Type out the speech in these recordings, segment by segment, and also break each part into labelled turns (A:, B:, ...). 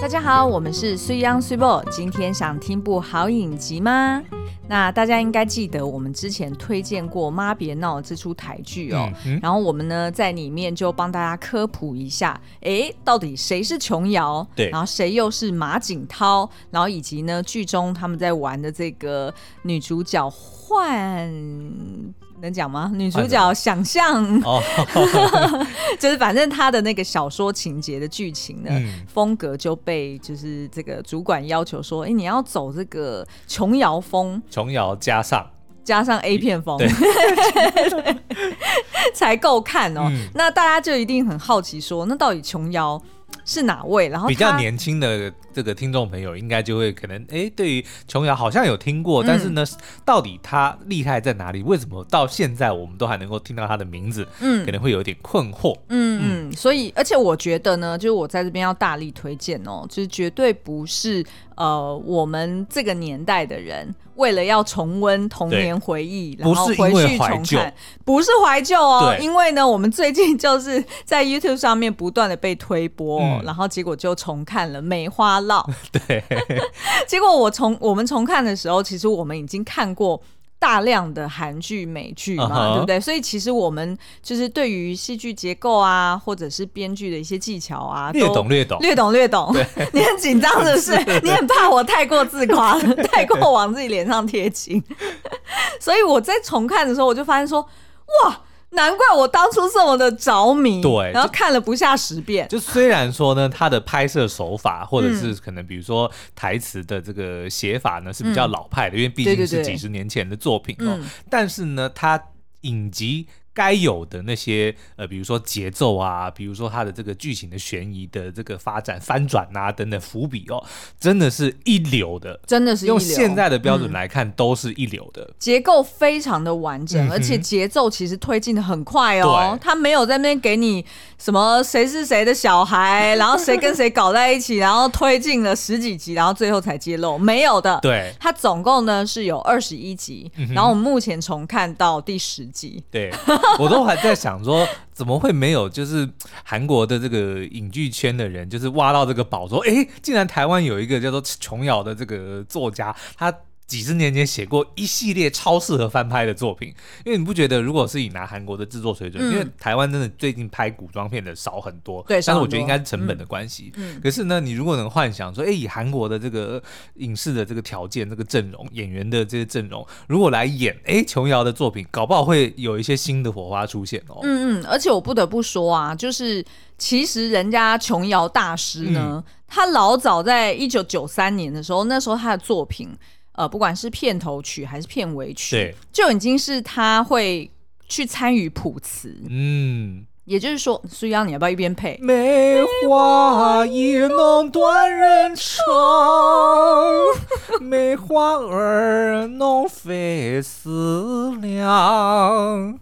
A: 大家好，我们是 s u y a n g s u b o 今天想听部好影集吗？那大家应该记得我们之前推荐过《妈别闹》这出台剧哦，
B: 嗯嗯
A: 然后我们呢在里面就帮大家科普一下，诶，到底谁是琼瑶？
B: 对
A: 然后谁又是马景涛？然后以及呢剧中他们在玩的这个女主角幻。能讲吗？女主角想象，
B: 哦，
A: 就是反正她的那个小说情节的剧情呢，
B: 嗯，
A: 风格就被就是这个主管要求说，哎、你要走这个琼瑶风
B: 琼瑶加上，
A: 加上 A 片风，
B: 对
A: 才够看哦。
B: 嗯
A: 那大家就一定很好奇说，那到底琼瑶是哪位？然后
B: 比较
A: 他
B: 年轻的这个听众朋友应该就会可能，哎、对于琼瑶好像有听过，但是呢，到底她厉害在哪里？为什么到现在我们都还能够听到她的名字？
A: 嗯
B: 可能会有一点困惑。
A: 嗯嗯，所以而且我觉得呢，就是我在这边要大力推荐哦，就是绝对不是呃我们这个年代的人为了要重温童年回忆，然
B: 不
A: 后
B: 是
A: 回
B: 因为
A: 去
B: 怀
A: 重
B: 旧
A: 看，不是怀旧哦，
B: 对
A: 因为呢，我们最近就是在 YouTube 上面不断的被推播、哦
B: 嗯
A: 然后结果就重看了《梅花烙》，
B: 对，
A: 结果我重我们重看的时候，其实我们已经看过。大量的韩剧、美剧嘛
B: 嗯哼
A: 对不对？所以其实我们就是对于戏剧结构啊，或者是编剧的一些技巧啊，
B: 略
A: 都
B: 懂略懂。
A: 略懂略懂。 你很紧张是不 是？你很怕我太过自夸，太过往自己脸上贴金。 所以我在重看的时候，我就发现说，哇，难怪我当初这么的着迷，
B: 对
A: 然后看了不下十 遍。
B: 就虽然说呢，它的拍摄手法或者
A: 嗯
B: 是可能比如说台词的这个写法呢是比较老派的，因为毕
A: 对对
B: 竟是
A: 对
B: 几十年前的作品哦。
A: 嗯
B: 但是呢，它影集该有的那些呃，比如说节奏啊，比如说它的这个剧情的悬疑的这个发展翻转啊等等伏笔哦，真的是一流的。
A: 真的是一流嗯
B: 用现在的标准来看，都是一流的。
A: 结构非常的完整，
B: 嗯哼
A: 而且节奏其实推进的很快哦
B: 对。
A: 他没有在那边给你什么谁是谁的小孩，然后谁跟谁搞在一起，然后推进了十几集，然后最后才揭露，没有的。
B: 对嗯
A: 它总共呢是有二十一集，然后我们目前重看到第十集。
B: 对，我都还在想说，怎么会没有就是韩国的这个影剧圈的人，就是挖到这个宝，说，诶，竟然台湾有一个叫做琼瑶的这个作家，他。几十年前写过一系列超适合翻拍的作品，因为你不觉得，如果是以拿韩国的制作水准，
A: 嗯
B: 因为台湾真的最近拍古装片的少很多，
A: 对少
B: 但是我
A: 很
B: 觉得
A: 多
B: 应该是成本的关系。可是呢，你如果能幻想说，哎、以韩国的这个影视的这个条件、这个阵容、演员的这些阵容，如果来演，哎、琼瑶的作品，搞不好会有一些新的火花出现哦。
A: 嗯嗯，而且我不得不说啊，就是其实人家琼瑶大师呢，他老早在一九九三年的时候，那时候他的作品，呃，不管是片头曲还是片尾曲，
B: 对，
A: 就已经是他会去参与谱词，
B: 嗯，
A: 也就是说，苏央，你要不要一边配？
B: 梅花易弄断人肠，梅花儿弄飞思量，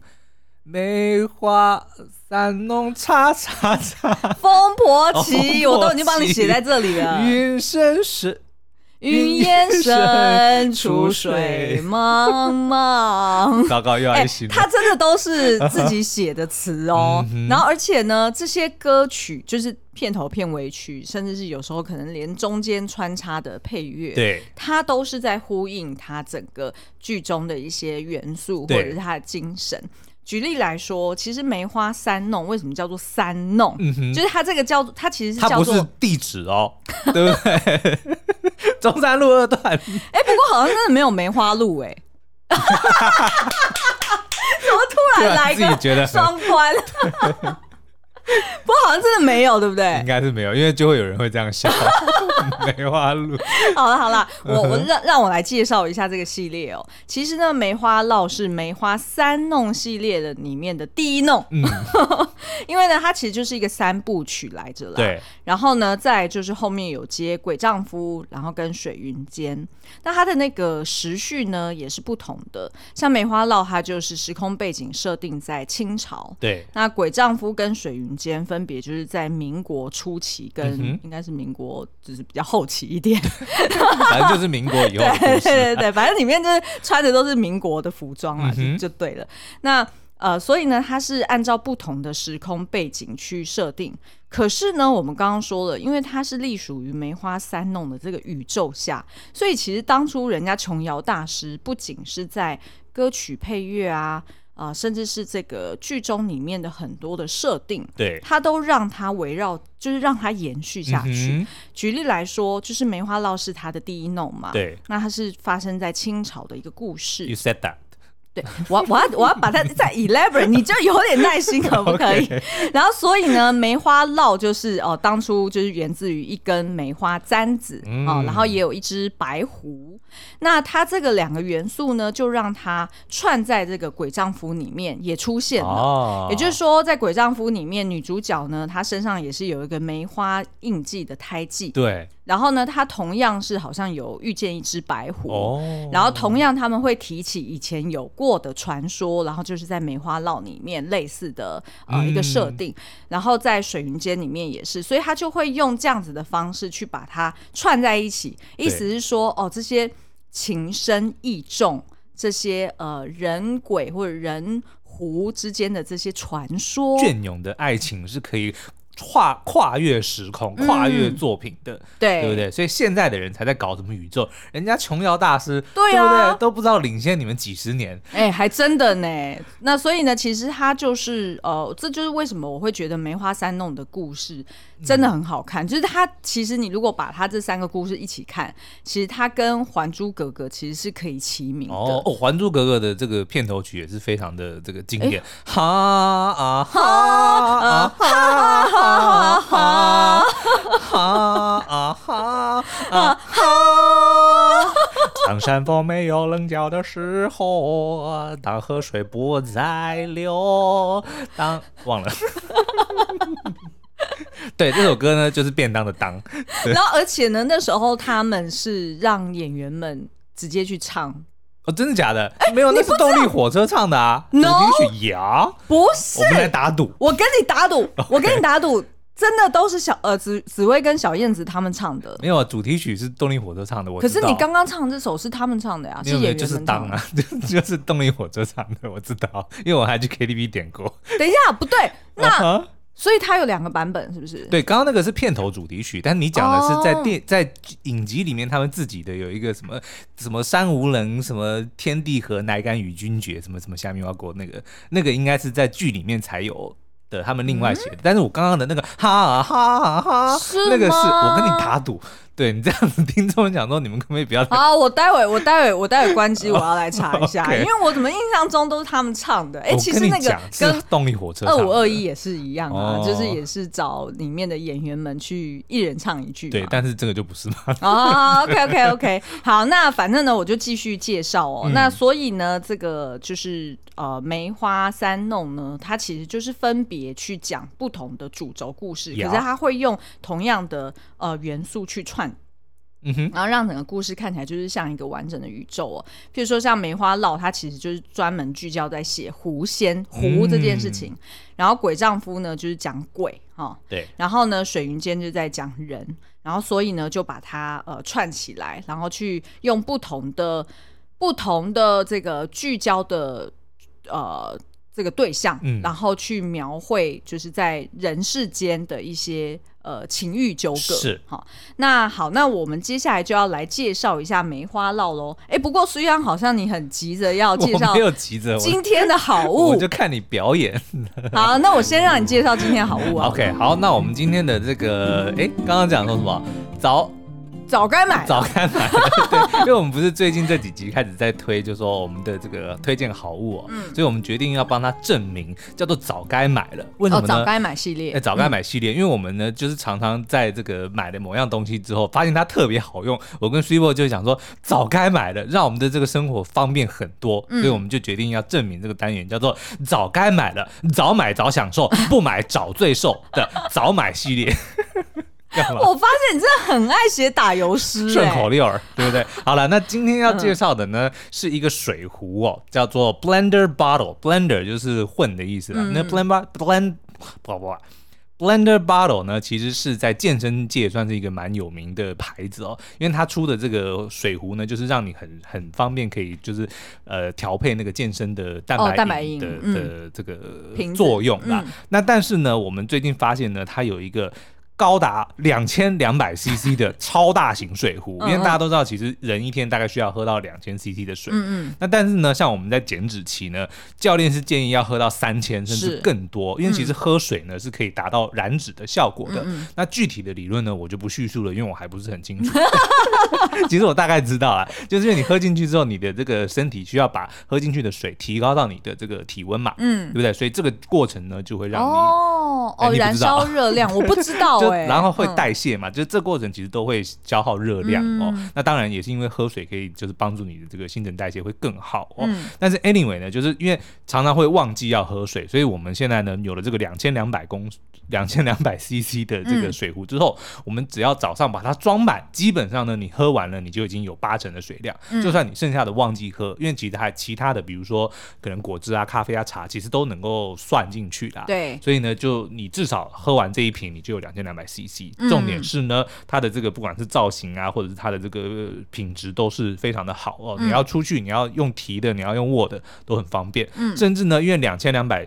B: 梅花三弄叉叉叉，
A: 风婆媳，
B: 哦
A: 我都已经帮你写在这里了。
B: 云深深。
A: 云烟深处水茫 茫。
B: 糟糕，又要
A: 哎、
B: 一起了。。
A: 他真的都是自己写的词哦
B: 嗯哼
A: 然后，而且呢，这些歌曲就是片头、片尾曲，甚至是有时候可能连中间穿插的配乐，
B: 对，
A: 它都是在呼应它整个剧中的一些元素，或
B: 对
A: 者是它的精神。举例来说，其实梅花三弄为什么叫做三弄？
B: 嗯哼，
A: 就是它这个叫，它其实是
B: 它
A: 叫
B: 不
A: 做，
B: 是地址 哦，对不对？ 中山路二段，
A: 哎、不过好像真的没有梅花鹿哎、 怎么突然来一
B: 突然自己觉得
A: 个
B: 很
A: 双关？ 不过好像真的没有，对不对
B: 应？该是没有，因为就会有人会 这样笑。梅花鹿，
A: 好了好了，
B: 嗯
A: 我我让让我来介绍一下这个系列哦。其实呢，梅花烙是梅花三弄系列的里面的第一弄，
B: 嗯，
A: 因为呢，它其实就是一个三部曲来着啦。。
B: 对，
A: 然后呢，再来就是后面有接《鬼丈夫》，然后跟《水云间》。那它的那个时序呢，也是不同的。像《梅花烙》，它就是时空背景设定在清朝。
B: 对，
A: 那《鬼丈夫》跟《水云间》分别就是在民国初期
B: 嗯
A: 跟
B: 哼
A: 应该是民国就是比较后期一点，
B: 反正就是民国以后
A: 对
B: 的 故
A: 对
B: 事。
A: 对对，反正里面就是穿的都是民国的服装嘛，
B: 嗯哼
A: 就就对了。那呃，所以呢，它是按照不同的时空背景去设定。可是呢，我们刚刚说了，因为它是隶属于梅花三弄的这个宇宙下，所以其实当初人家琼瑶大师不仅是在歌曲配乐啊，啊、甚至是这个剧中里面的很多的设定，
B: 对，
A: 他都让它围绕，就是让它延续下去。
B: 嗯
A: 举例来说，就是梅花烙是他的第一弄嘛
B: 哼，，对
A: 那它是发生在清朝的一个故事
B: ，You。said that，
A: 对我，我要我要把它 再 elaborate，你就有点耐心可不可以
B: OK
A: 然后，所以呢，梅花烙就是哦、当初就是源自于一根梅花簪子哦、
B: 嗯
A: 然后也有一只白狐。那它这个两个元素呢，就让它串在这个鬼丈夫里面也出现了。
B: 哦，
A: 也就是说，在《鬼丈夫》里面，女主角呢，她身上也是有一个梅花印记的胎记，
B: 对
A: 然后呢，她同样是好像有遇见一只白狐，
B: 哦，
A: 然后同样他们会提起以前有过的传说，然后就是在梅花烙里面类似的呃、
B: 嗯
A: 一个设定，然后在水云间里面也是，所以他就会用这样子的方式去把它串在一起，意思是说哦这些情深意重，这些呃人鬼或者人。狐之间的这些传说，
B: 隽永的爱情是可以跨跨越时空、跨越
A: 嗯
B: 作品的，
A: 对
B: 对不对？所以现在的人才在搞什么宇宙，人家琼瑶大师，
A: 对啊
B: 不对？都不知道领先你们几十年，
A: 哎、还真的呢。那所以呢，其实它就是呃，这就是为什么我会觉得《梅花三弄》的故事
B: 嗯
A: 真的很好看。就是它其实你如果把它这三个故事一起看，其实它跟《还珠格格》其实是可以齐名的。
B: 哦哦，《还珠格格》的这个片头曲也是非常的这个经典，
A: 哎
B: 哈啊哈啊哈啊哈哈啊哈啊 哈，当山峰没有棱角的时候，当河水不再流，当忘了。 对，这首歌呢就是便当的当，
A: 然后而且呢，那时候他们是让演员们直接去唱，
B: 哦，真的假的？
A: 哎
B: 没有，那是动力火车唱的啊，主
A: No
B: 题曲呀，
A: 不是
B: 我们来打赌。
A: 我跟你打赌，
B: 哦
A: 我跟你打赌，真的都是小呃紫紫薇跟小燕子他们唱的。
B: 没有啊，主题曲是动力火车唱的，我
A: 可
B: 知
A: 是
B: 道
A: 你刚刚唱这首是他们唱的呀，是
B: 没有没有
A: 演员
B: 就是
A: 们唱
B: 当
A: 的。
B: 啊， 就就是动力火车唱的，我知道，因为我还去 KTV 点过。
A: 等一下，不对，那
B: 啊哈
A: 所以它有两个版本，是不是？
B: 对，刚刚那个是片头主题曲，但你讲的是在
A: 哦
B: 电、在影集里面他们自己的有一个什么什么山无棱，什么天地合，乃敢与君绝，什么什么虾米蛙国那个那个应该是在剧里面才有。的，他们另外写的，但是我刚刚的那个哈啊哈啊哈，
A: 嗯是
B: 那个是我跟你
A: 吗
B: 打赌，对你这样子听众讲说，你们可不可以不要再
A: 好，我待会我待会我待会关机，我要来查一下，
B: 哦 OK
A: 因为我怎么印象中都是他们唱的？哎、
B: 我
A: 其实
B: 跟你
A: 那个
B: 讲是
A: 跟
B: 动力火车
A: 二五二
B: 一，
A: 一也是一样啊，
B: 哦
A: 就是也是找里面的演员们去一人唱一句嘛。
B: 对，但是这个就不是嘛，
A: 哦，OK OK OK，好，那反正呢，我就继续介绍哦。
B: 嗯
A: 那所以呢，这个就是呃，梅花三弄呢，它其实就是分别去讲不同的主轴故事，可
B: 呀
A: 是它会用同样的呃元素去串
B: 嗯哼，
A: 然后让整个故事看起来就是像一个完整的宇宙哦。譬如说像梅花烙，它其实就是专门聚焦在写狐仙
B: 嗯
A: 狐这件事情，然后鬼丈夫呢就是讲鬼哈、哦，
B: 对，
A: 然后呢水云间就在讲人，然后所以呢就把它呃串起来，然后去用不同的不同的这个聚焦的呃。这个对象，
B: 嗯
A: 然后去描绘就是在人世间的一些呃情欲纠葛，
B: 是
A: 好、那好，那我们接下来就要来介绍一下梅花烙喽。哎，不过虽然好像你很急着要介
B: 我
A: 绍
B: 没有急着，我
A: 今天的好物
B: 我，就看你表演。
A: 好，那我先让你介绍今天的好物啊。
B: OK，好，那我们今天的这个，哎，刚刚讲说什么？早
A: 早该买了，
B: 早该买了，对，因为我们不是最近这几集开始在推，就说我们的这个推荐好物哦，
A: 嗯
B: 所以我们决定要帮他证明，叫做早该买了。为什
A: 哦，
B: 么呢？
A: 早该买系
B: 哎，
A: 列，
B: 早该买系列，因为我们呢，就是常常在这个买的某样东西之后，发现它特别好用。我跟 s h i b o 就想说，早该买了，让我们的这个生活方便很多，所以我们就决定要证明这个单元叫做“早该买了，早买早享受，不买找罪受”的早买系列。 干嘛？
A: 我发现你真的很爱写打油诗、
B: 顺
A: 哎
B: 口溜儿，对 不对？好了，那今天要介绍的呢、
A: 嗯
B: 是一个水壶哦，叫做
A: 嗯
B: blender bottle。blender 就是混的意思啦。那 blender blend 不不。 Blender Bottle 呢，其实是在健身界算是一个蛮有名的牌子哦，因为它出的这个水壶呢，就是让你很很方便可以就是呃调配那个健身的蛋白
A: 哦蛋白饮
B: 的、
A: 嗯
B: 的这个
A: 瓶子
B: 作用啦。
A: 嗯
B: 那但是呢，我们最近发现呢，它有一个。高达两千两百 CC 的超大型水壶，因
A: 嗯
B: 为
A: 嗯
B: 大家都知道，其实人一天大概需要喝到两千 CC 的水。
A: 嗯
B: 那但是呢，像我们在减脂期呢，教练是建议要喝到三千甚至
A: 是嗯
B: 更多，因为其实喝水呢、是可以达到燃脂的效果的。那具体的理论呢，我就不叙述了，因为我还不是很 清楚。 其实我大概知道啊，就是因为你喝进去之后，你的这个身体需要把喝进去的水提高到你的这个体温嘛，对
A: 嗯
B: 不对？所以这个过程呢，就会
A: 嗯，
B: 让你
A: 哦
B: 哎
A: 哦，
B: 你不
A: 燃
B: 知道
A: 烧热量，我不知道
B: 就
A: 哎，
B: 然后会
A: 嗯
B: 代谢嘛，就是这过程其实都会消耗热量哦。
A: 嗯
B: 那当然也是因为喝水可以就是帮助你的这个新陈代谢会更好哦。
A: 嗯
B: 但是 anyway 呢，就是因为常常会忘记要喝水，所以我们现在呢有了这个两千两百公两千两百 CC 的这个
A: 嗯
B: 水壶之后，我们只要早上把它装满，基本上呢你喝完了你就已经有八成的水量，
A: 嗯
B: 就算你剩下的忘记喝，因为其实还其他的比如说可能果汁啊、咖啡啊、茶，其实都能够算进去啦。
A: 对
B: 所以呢，就你至少喝完这一瓶，你就有两千两百 CC。重
A: 嗯
B: 点是呢，它的这个不管是造型啊，或者是它的这个呃品质都是非常的好哦。
A: 嗯
B: 你要出去，你要用提的，你要用握的，都很方便。
A: 嗯
B: 甚至呢，因为两千两百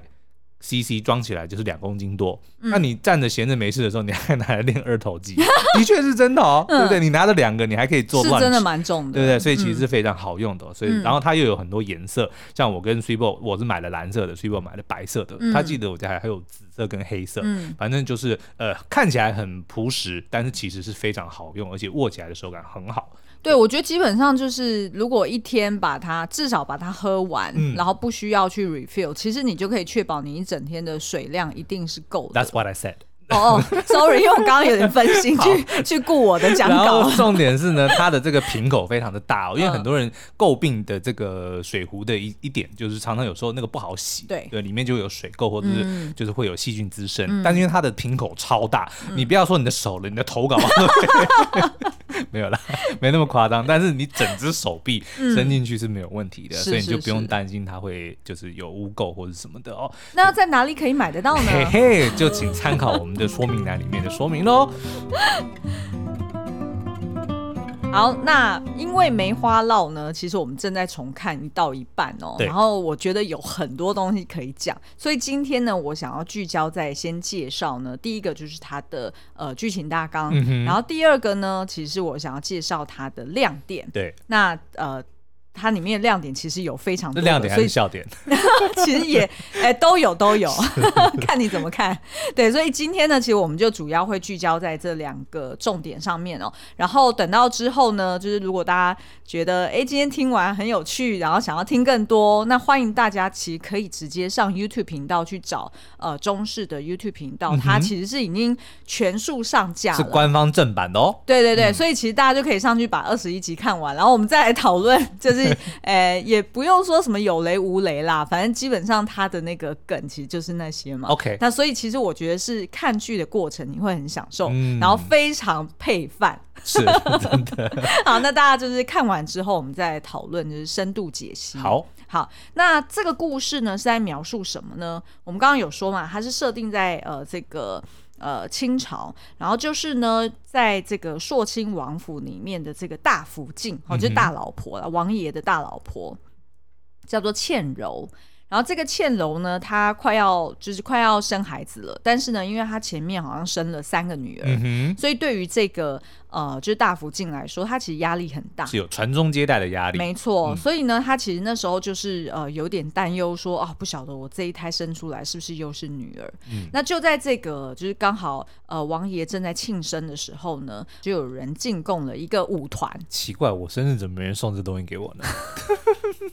B: CC 装起来就是两公斤多，
A: 嗯
B: 那你站着闲着没事的时候，你还拿来练二头肌， 的确是真的哦，对不对？你拿着两个，你还可以
A: 嗯
B: 做
A: 是
B: 乱
A: 真的
B: 吃
A: 蛮重的，
B: 对不对？所以其实是非常好用的哦、所以
A: 嗯
B: 然后它又有很多颜色，像我跟 s u p e 我是买了蓝色的 s u p e 买了白色的，
A: 嗯
B: 他记得我家还还有紫色跟黑色，
A: 嗯
B: 反正就是呃看起来很朴实，但是其实是非常好用，而且握起来的手感很好。
A: 对，我觉得基本上就是，如果一天把它至少把它喝完，
B: 嗯
A: 然后不需要去 refill，其实你就可以确保你一整天的水量一定是够的。
B: That's what I said。
A: 哦哦，sorry，因为我刚刚有点分 心去去顾我的讲
B: 然后
A: 稿。
B: 重点是呢， 它的这个瓶口非常的大、哦，因为
A: 嗯
B: 很多人诟病的这个水壶的一一点就是常常有时候那个不好洗，
A: 对嗯
B: 里面就会有水垢或者是、就是会有细菌滋生。但是因为它的瓶口超大，
A: 嗯
B: 你不要说你的手了，你的头搞不好都会 没有啦，没那么夸张。但是你整只手臂伸进去是没有问题的，
A: 嗯是
B: 所以你就不
A: 是
B: 用
A: 是
B: 担心它会就是有污垢或者什么的哦。
A: 那在哪里可以买得到呢？
B: 嘿嘿，就请参考我们的说明栏里面的说明喽。
A: 好，那因为梅花烙呢，其实我们正在重看到一半哦，
B: 对
A: 然后我觉得有很多东西可以讲，所以今天呢，我想要聚焦在先介绍呢，第一个就是它的呃剧情大纲，
B: 嗯哼
A: 然后第二个呢，其实我想要介绍它的亮点，
B: 对，
A: 那呃。它里面的亮点其实有非常
B: 这
A: 多的，
B: 亮点还
A: 所
B: 是
A: 以
B: 笑点？
A: 其实也哎、都有都有， 看你怎么看。对，所以今天呢，其实我们就主要会聚焦在这两个重点上面哦。然后等到之后呢，就是如果大家觉得哎、今天听完很有趣，然后想要听更多，那欢迎大家其实可以直接上 YouTube 频道去找呃中视的 YouTube 频道，它其实是已经全数上架
B: 是
A: 了。
B: 官方正版的哦。
A: 对对对，所以其实大家就可以上去把二十一集看完，然后我们再来讨论， 就是呃，也不用说什么有雷无雷啦，反正基本上它的那个梗其实就是那些嘛。
B: OK
A: 那所以其实我觉得是看剧的过程你会很享受，
B: 嗯
A: 然后非常配饭。
B: 是真的
A: 好，那大家就是看完之后，我们再来讨论，就是深度解析。
B: 好，
A: 好，那这个故事呢是在描述什么呢？我们刚刚有说嘛，它是设定在呃这个呃清朝，然后就是呢在这个朔亲王府里面的这个大福晋，哦，就是大老婆了，王爷的大老婆叫做倩柔。然后这个倩柔呢，她快要就是快要生孩子了，但是呢，因为她前面好像生了三个女儿，
B: 嗯
A: 所以 对于这个呃就是大福晋来说，她其实压力很大
B: 哼，。是有传宗接代的压力。
A: 没错，所以呢，她其实那时候就是呃有点担忧说，啊，不晓得我这一胎生出来是不是又是女儿。
B: 嗯
A: 那就在这个就是刚好呃王爷正在庆生的时候呢，就有人进贡了一个舞团，
B: 奇怪，我生日怎么没人送这东西给我呢？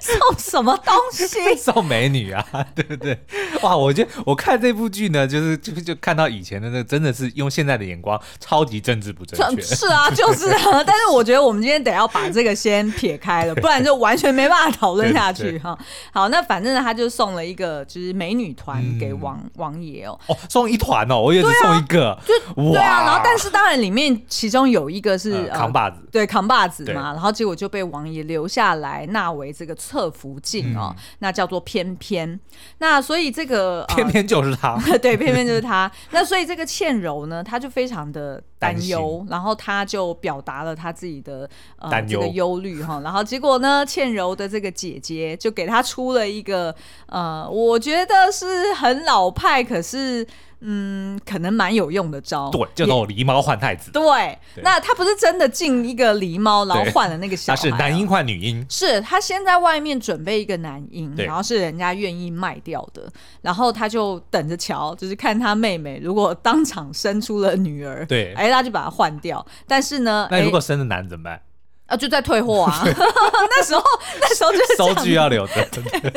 A: 送什么东西？
B: 送美女啊， 对不对？哇，我就我看这部剧呢，就是就就看到以前的那个，真的是用现在的眼光，超级政治不 正 确。
A: 是啊，就是啊。 但是我觉得我们今天得要把这个先撇开了，不然就完全没办法讨论下
B: 对
A: 去哈。好，那反正呢他就送了一个就是美女团给
B: 嗯
A: 王、王爷哦，
B: 哦，送一团哦，我也是送一个，哇，
A: 对啊，然后但是当然里面其中有一个是、
B: 呃扛把子
A: 对扛把子
B: 对
A: 嘛，然后结果就被王爷留下来纳为这这个侧福晋
B: 嗯
A: 哦，那叫做翩翩。那所以这个、呃、
B: 偏偏就是他，
A: 对，偏偏就是他。那所以这个倩柔呢，她就非常的担
B: 担
A: 忧，然后她就表达了她自己的呃
B: 担
A: 这
B: 忧
A: 个忧虑 哈。然后结果呢，倩柔的这个姐姐就给她出了一个呃，我觉得是很老派，可是嗯，可能蛮有用的招，
B: 对，叫做狸猫换太子，
A: 对
B: 对，
A: 那他不是真的进一个狸猫，然后
B: 对
A: 换了那个小
B: 他
A: 孩、哦啊
B: 是男婴。换女婴，
A: 是他先在外面准备一个男婴，
B: 对
A: 然后是人家愿意卖掉的，然后他就等着瞧，就是看他妹妹如果当场生出了女儿，
B: 对
A: 哎，他就把她换掉。但是呢，
B: 那
A: 哎
B: 如果生了男怎 么办？
A: 啊就在退货 啊， 那时候那时候就是这
B: 收
A: 样
B: 据啊要留着，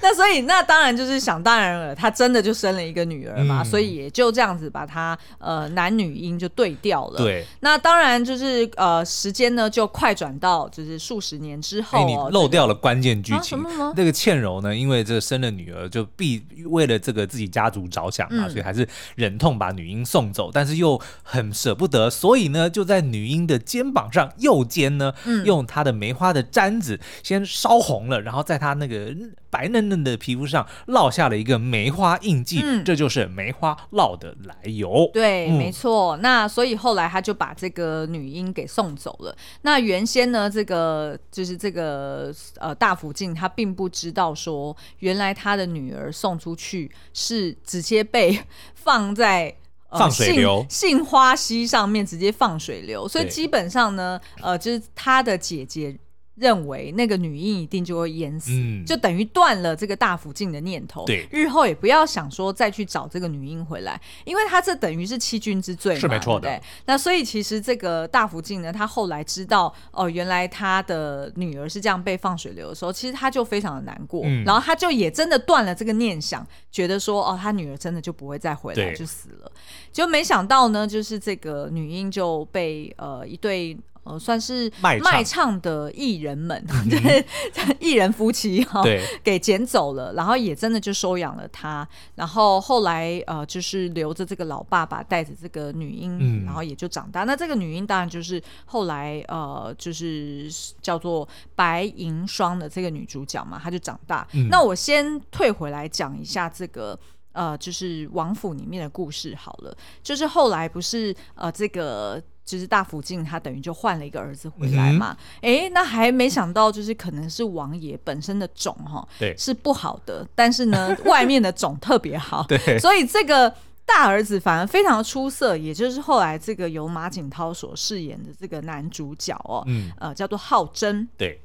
A: 那所以那当然就是想当然了，他真的就生了一个女儿嘛，
B: 嗯
A: 所以也就这样子把他呃男女婴就对调了。
B: 对，
A: 那当然就是呃，时间呢就快转到就是数十年之后
B: 哎，你
A: 哦。
B: 漏掉了关键剧
A: 啊什
B: 情
A: 么吗。
B: 那个倩柔呢，因为这生了女儿，就必为了这个自己家族着想啊，
A: 嗯
B: 所以还是忍痛把女婴送走，但是又很舍不得，所以呢，就在女婴的肩膀上右肩呢，
A: 嗯
B: 用她的梅花的簪子先烧红了，然后在她那个白嫩嫩的皮肤上烙下了一个梅花印记，
A: 嗯
B: 这就是梅花烙的来由。
A: 对，
B: 嗯
A: 没错。那所以后来他就把这个女婴给送走了。那原先呢，这个就是这个呃大福晋，他并不知道说，原来他的女儿送出去是直接被放在。呃
B: 放水流
A: 杏杏花溪上面直接放水流，所以
B: 对
A: 基本上呢，呃，就是他的姐姐认为那个女婴一定就会淹死，
B: 嗯
A: 就等于断了这个大福晋的念头。
B: 对
A: 日后也不要想说再去找这个女婴回来，因为他这等于是欺君之罪嘛，
B: 是没错的
A: 对不对那所以其实这个大福晋呢，他后来知道哦、原来他的女儿是这样被放水流的时候，其实他就非常的难过，
B: 嗯
A: 然后他就也真的断了这个念想，觉得说哦，他女儿真的就不会再回来，
B: 对
A: 就死了。就没想到呢，就是这个女婴就被呃一对。呃，算是
B: 卖唱嗯
A: 卖唱的艺人们， 对， 艺人夫妻哈、
B: 对，
A: 给捡走了，然后也真的就收养了他，然后后来呃，就是留着这个老爸爸带着这个女婴，
B: 嗯
A: 然后也就长大。那这个女婴当然就是后来呃，就是叫做白银霜的这个女主角嘛，她就长大。
B: 嗯
A: 那我先退回来讲一下这个。呃，就是王府里面的故事好了，就是后来不是呃，这个就是大福晋他等于就换了一个儿子回
B: 嗯
A: 来嘛，诶，那还没想到就是可能是王爷本身的种哈，
B: 对
A: 是不好的，但是呢， 外面的种特别好，
B: 对
A: 所以这个大儿子反而非常出色，也就是后来这个由马景涛所饰演的这个男主角哦，
B: 嗯，
A: 呃，叫做浩真。
B: 对，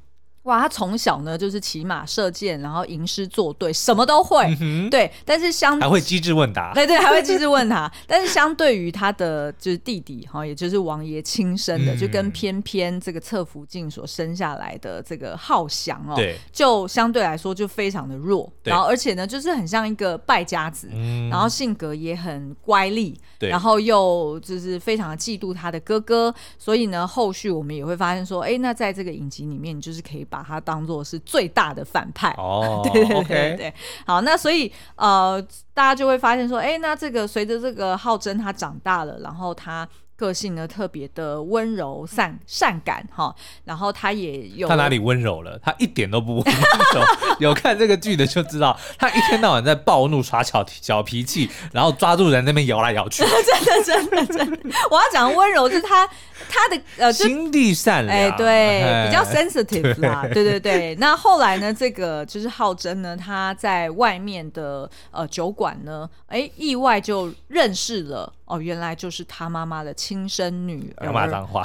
A: 哇，他从小呢就是骑马、射箭，然后吟诗作对，什么都会。对，但是相
B: 嗯还会机智问答。
A: 对对，还会继续问 他。但是相对于他的就是弟弟哈，也就是王爷亲生的，
B: 嗯
A: 就跟偏偏这个侧福晋所生下来的这个浩翔哦，
B: 对，
A: 就相对来说就非常的弱。
B: 对
A: 然后而且呢，就是很像一个败家子，
B: 嗯
A: 然后性格也很乖戾，
B: 对
A: 然后又就是非常的嫉妒他的哥哥，所以呢，后续我们也会发现说，哎，那在这个影集里面，你就是可以把他当做是最大的反派。
B: 哦
A: 对对对对
B: ，OK，
A: 对，好，那所以呃，大家就会发现说，哎，那这个随着这个浩真他长大了，然后他个性呢特别的温柔善善感哈，然后他也有
B: 他哪里温柔了？他一点都不温柔。 有看这个剧的就知道，他一天到晚在暴怒、耍小小脾气，然后抓住人那边摇来摇 去，
A: 真的真的真的，我要讲温柔，就是他他的 呃，就
B: 心地善良。
A: 哎、对，
B: 哎
A: 比较 sensitive 啦，对对对。那后来呢，这个就是浩真呢，他在外面的呃酒馆呢，哎、意外就认识了哦，原来就是他妈妈的亲生女
B: 不要骂
A: 儿，
B: 脏话。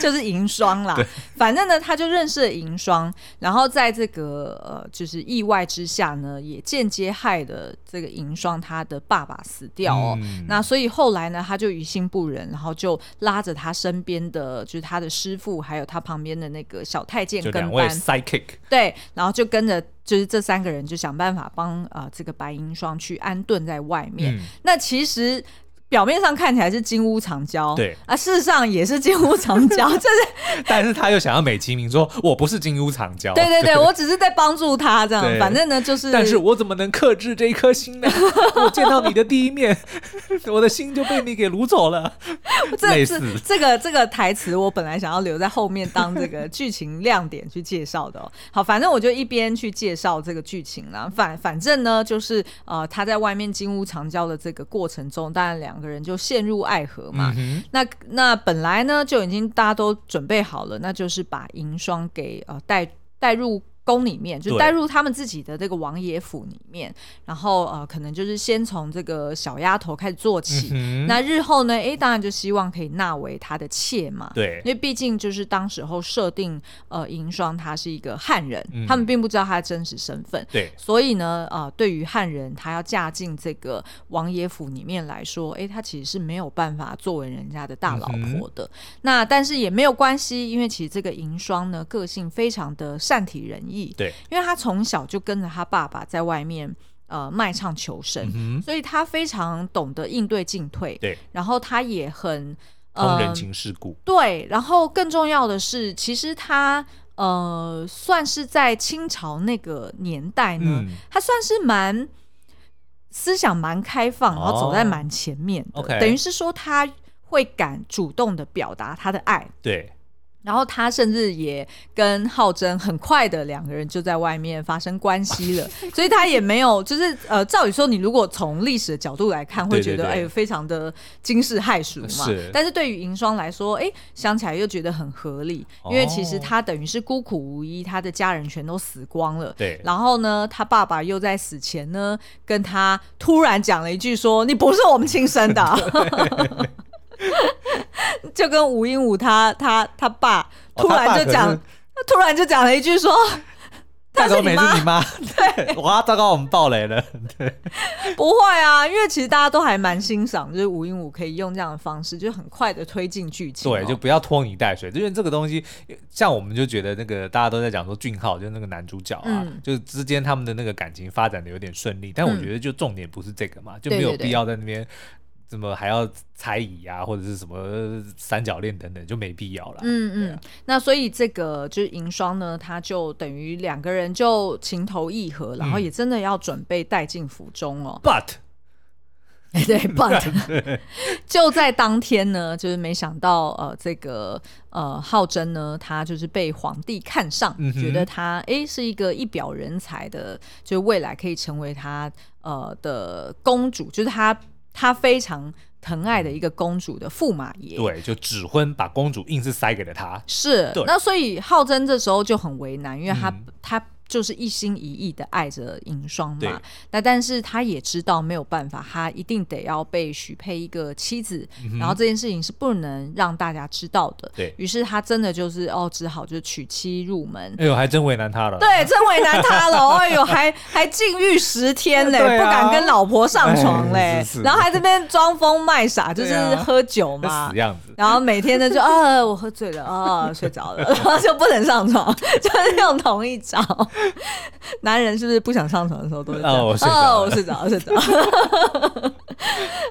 A: 就是银霜啦。反正呢，他就认识了银霜，然后在这个呃，就是意外之下呢，也间接害了这个银霜他的爸爸死掉哦。
B: 嗯
A: 那所以后来呢，他就于心不忍，然后就拉着他身边的，就是他的师傅，还有他旁边的那个小太监
B: 就
A: 跟
B: 两位
A: 班，
B: psychic，
A: 对，然后就跟着就是这三个人就想办法帮呃这个白银霜去安顿在外面。
B: 嗯，
A: 那其实。表面上看起来是金屋藏娇，
B: 对
A: 啊，事实上也是金屋藏 娇，就是
B: 但是他又想要美其名说我不是金屋藏娇，
A: 对对 对，我只是在帮助他这样
B: 对，
A: 反正呢就是，
B: 但是我怎么能克制这一颗心呢？我见到你的第一面，我的心就被你给掳 走了。
A: 这这
B: 类似
A: 这个这个台词，我本来想要留在后面当这个剧情亮点去介绍的、哦。好，反正我就一边去介绍这个剧情啦。反反正呢，就是呃，他在外面金屋藏娇的这个过程中，当然两个人就陷入爱河嘛。
B: 嗯
A: 那那本来呢就已经大家都准备好了，那就是把银霜给呃带带入。宫里面就
B: 对
A: 带入他们自己的这个王爷府里面，然后呃，可能就是先从这个小丫头开始做起，
B: 嗯哼，
A: 那日后呢？诶，当然就希望可以纳为他的妾嘛。
B: 对
A: 因为毕竟就是当时候设定，呃，银霜他是一个汉人，
B: 嗯
A: 他们并不知道他的真实身份，
B: 对，
A: 所以呢，呃，对于汉人他要嫁进这个王爷府里面来说，诶，他其实是没有办法作为人家的大老婆
B: 嗯
A: 的。那但是也没有关系，因为其实这个银霜呢，个性非常的善体人意，
B: 对，
A: 因为他从小就跟着他爸爸在外面呃卖唱求生，
B: 嗯
A: 所以他非常懂得应对进退，
B: 对，
A: 然后他也很
B: 哼，通人
A: 呃
B: 情世故，
A: 对，然后更重要的是，其实他呃算是在清朝那个年代呢，
B: 嗯
A: 他算是蛮思想蛮开放，然后走在蛮前面的，
B: OK
A: 等于是说他会敢主动的表达他的爱，
B: 对，
A: 然后他甚至也跟浩真很快的两个人就在外面发生关系 了，所以他也没有就是呃，照理说你如果从历史的角度来看，会
B: 对
A: 觉得
B: 对
A: 哎、
B: 对
A: 非常的惊世骇俗嘛。
B: 是
A: 但是对于银霜来说，哎、想起来又觉得很合理，
B: 哦
A: 因为其实他等于是孤苦无依，他的家人全都死光了。
B: 对，
A: 然后呢，他爸爸又在死前呢，跟他突然讲了一句说：“你不是我们亲生的 啊、就跟吴英武他他他爸
B: 哦
A: 突然就讲，
B: 他爸可是
A: 突然就讲了一句说：“
B: 大
A: 他
B: 头
A: 是你
B: 美
A: 妈
B: 是你妈， 对， 哇，糟糕，我们爆雷了，
A: 不会啊，因为其实大家都还蛮欣赏，就是吴英武可以用这样的方式，就很快的推进剧情哦、
B: 对，就不要拖泥带水，因为这个东西，像我们就觉得那个大家都在讲说俊浩就是那个男主角啊，
A: 嗯
B: 就是之间他们的那个感情发展的有点顺利，但我
A: 嗯
B: 觉得就重点不是这个嘛，就
A: 对
B: 没有
A: 对对
B: 必要在那边。怎么还要猜疑啊，或者是什么三角恋等等，就没必要了。
A: 嗯
B: 对
A: 嗯
B: 啊，
A: 那所以这个就是银霜呢，他就等于两个人就情投意合，然后
B: 嗯
A: 也真的要准备带进府中 哦。
B: But
A: 哎，对，but 就在当天呢，就是没想到呃，这个呃，浩真呢，他就是被皇帝看上，
B: 嗯哼
A: 觉得他哎是一个一表人才的，就是未来可以成为他呃的公主，就是他他非常疼爱的一个公主的驸马爷。
B: 对，就指婚把公主硬是塞给了他。
A: 是
B: 对，
A: 那所以浩真这时候就很为难，因为他、
B: 嗯
A: 他就是一心一意的爱着银霜
B: 对
A: 嘛。那但是他也知道没有办法，他一定得要被许配一个妻子，然后这件事情是不能让大家知道的。
B: 嗯对
A: 于是他真的就是哦，只好就娶妻入门。
B: 哎呦，还真为难他了。
A: 对，真为难他 了。哎呦，还还禁欲十天嘞，
B: 对
A: 不
B: 啊
A: 敢跟老婆上床嘞，
B: 哎是是
A: 然后还这边装疯卖傻，就是
B: 对啊
A: 喝酒嘛，
B: 那死样子。
A: 然后每天 呢就啊，我喝醉了啊，睡着了， 然后就不能上床， 就是用同一招。男人是不是不想上床的时候都是这样？
B: 啊我睡着了
A: 哦我睡着了，睡着了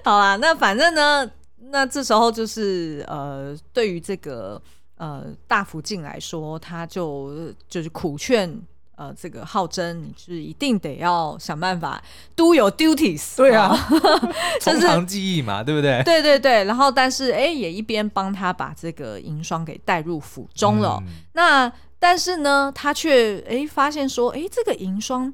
A: 好啦，那反正呢，那这时候就是呃，对于这个呃大福晋来说，他就就是苦劝。呃，这个浩真，你是一定得要想办法 do your duties。
B: 对啊，
A: 就
B: 从
A: 是
B: 长计议嘛，对不对？
A: 对对对，然后但是哎、也一边帮他把这个银霜给带入府中了。
B: 嗯
A: 那但是呢，他却哎、发现说，哎、这个银霜。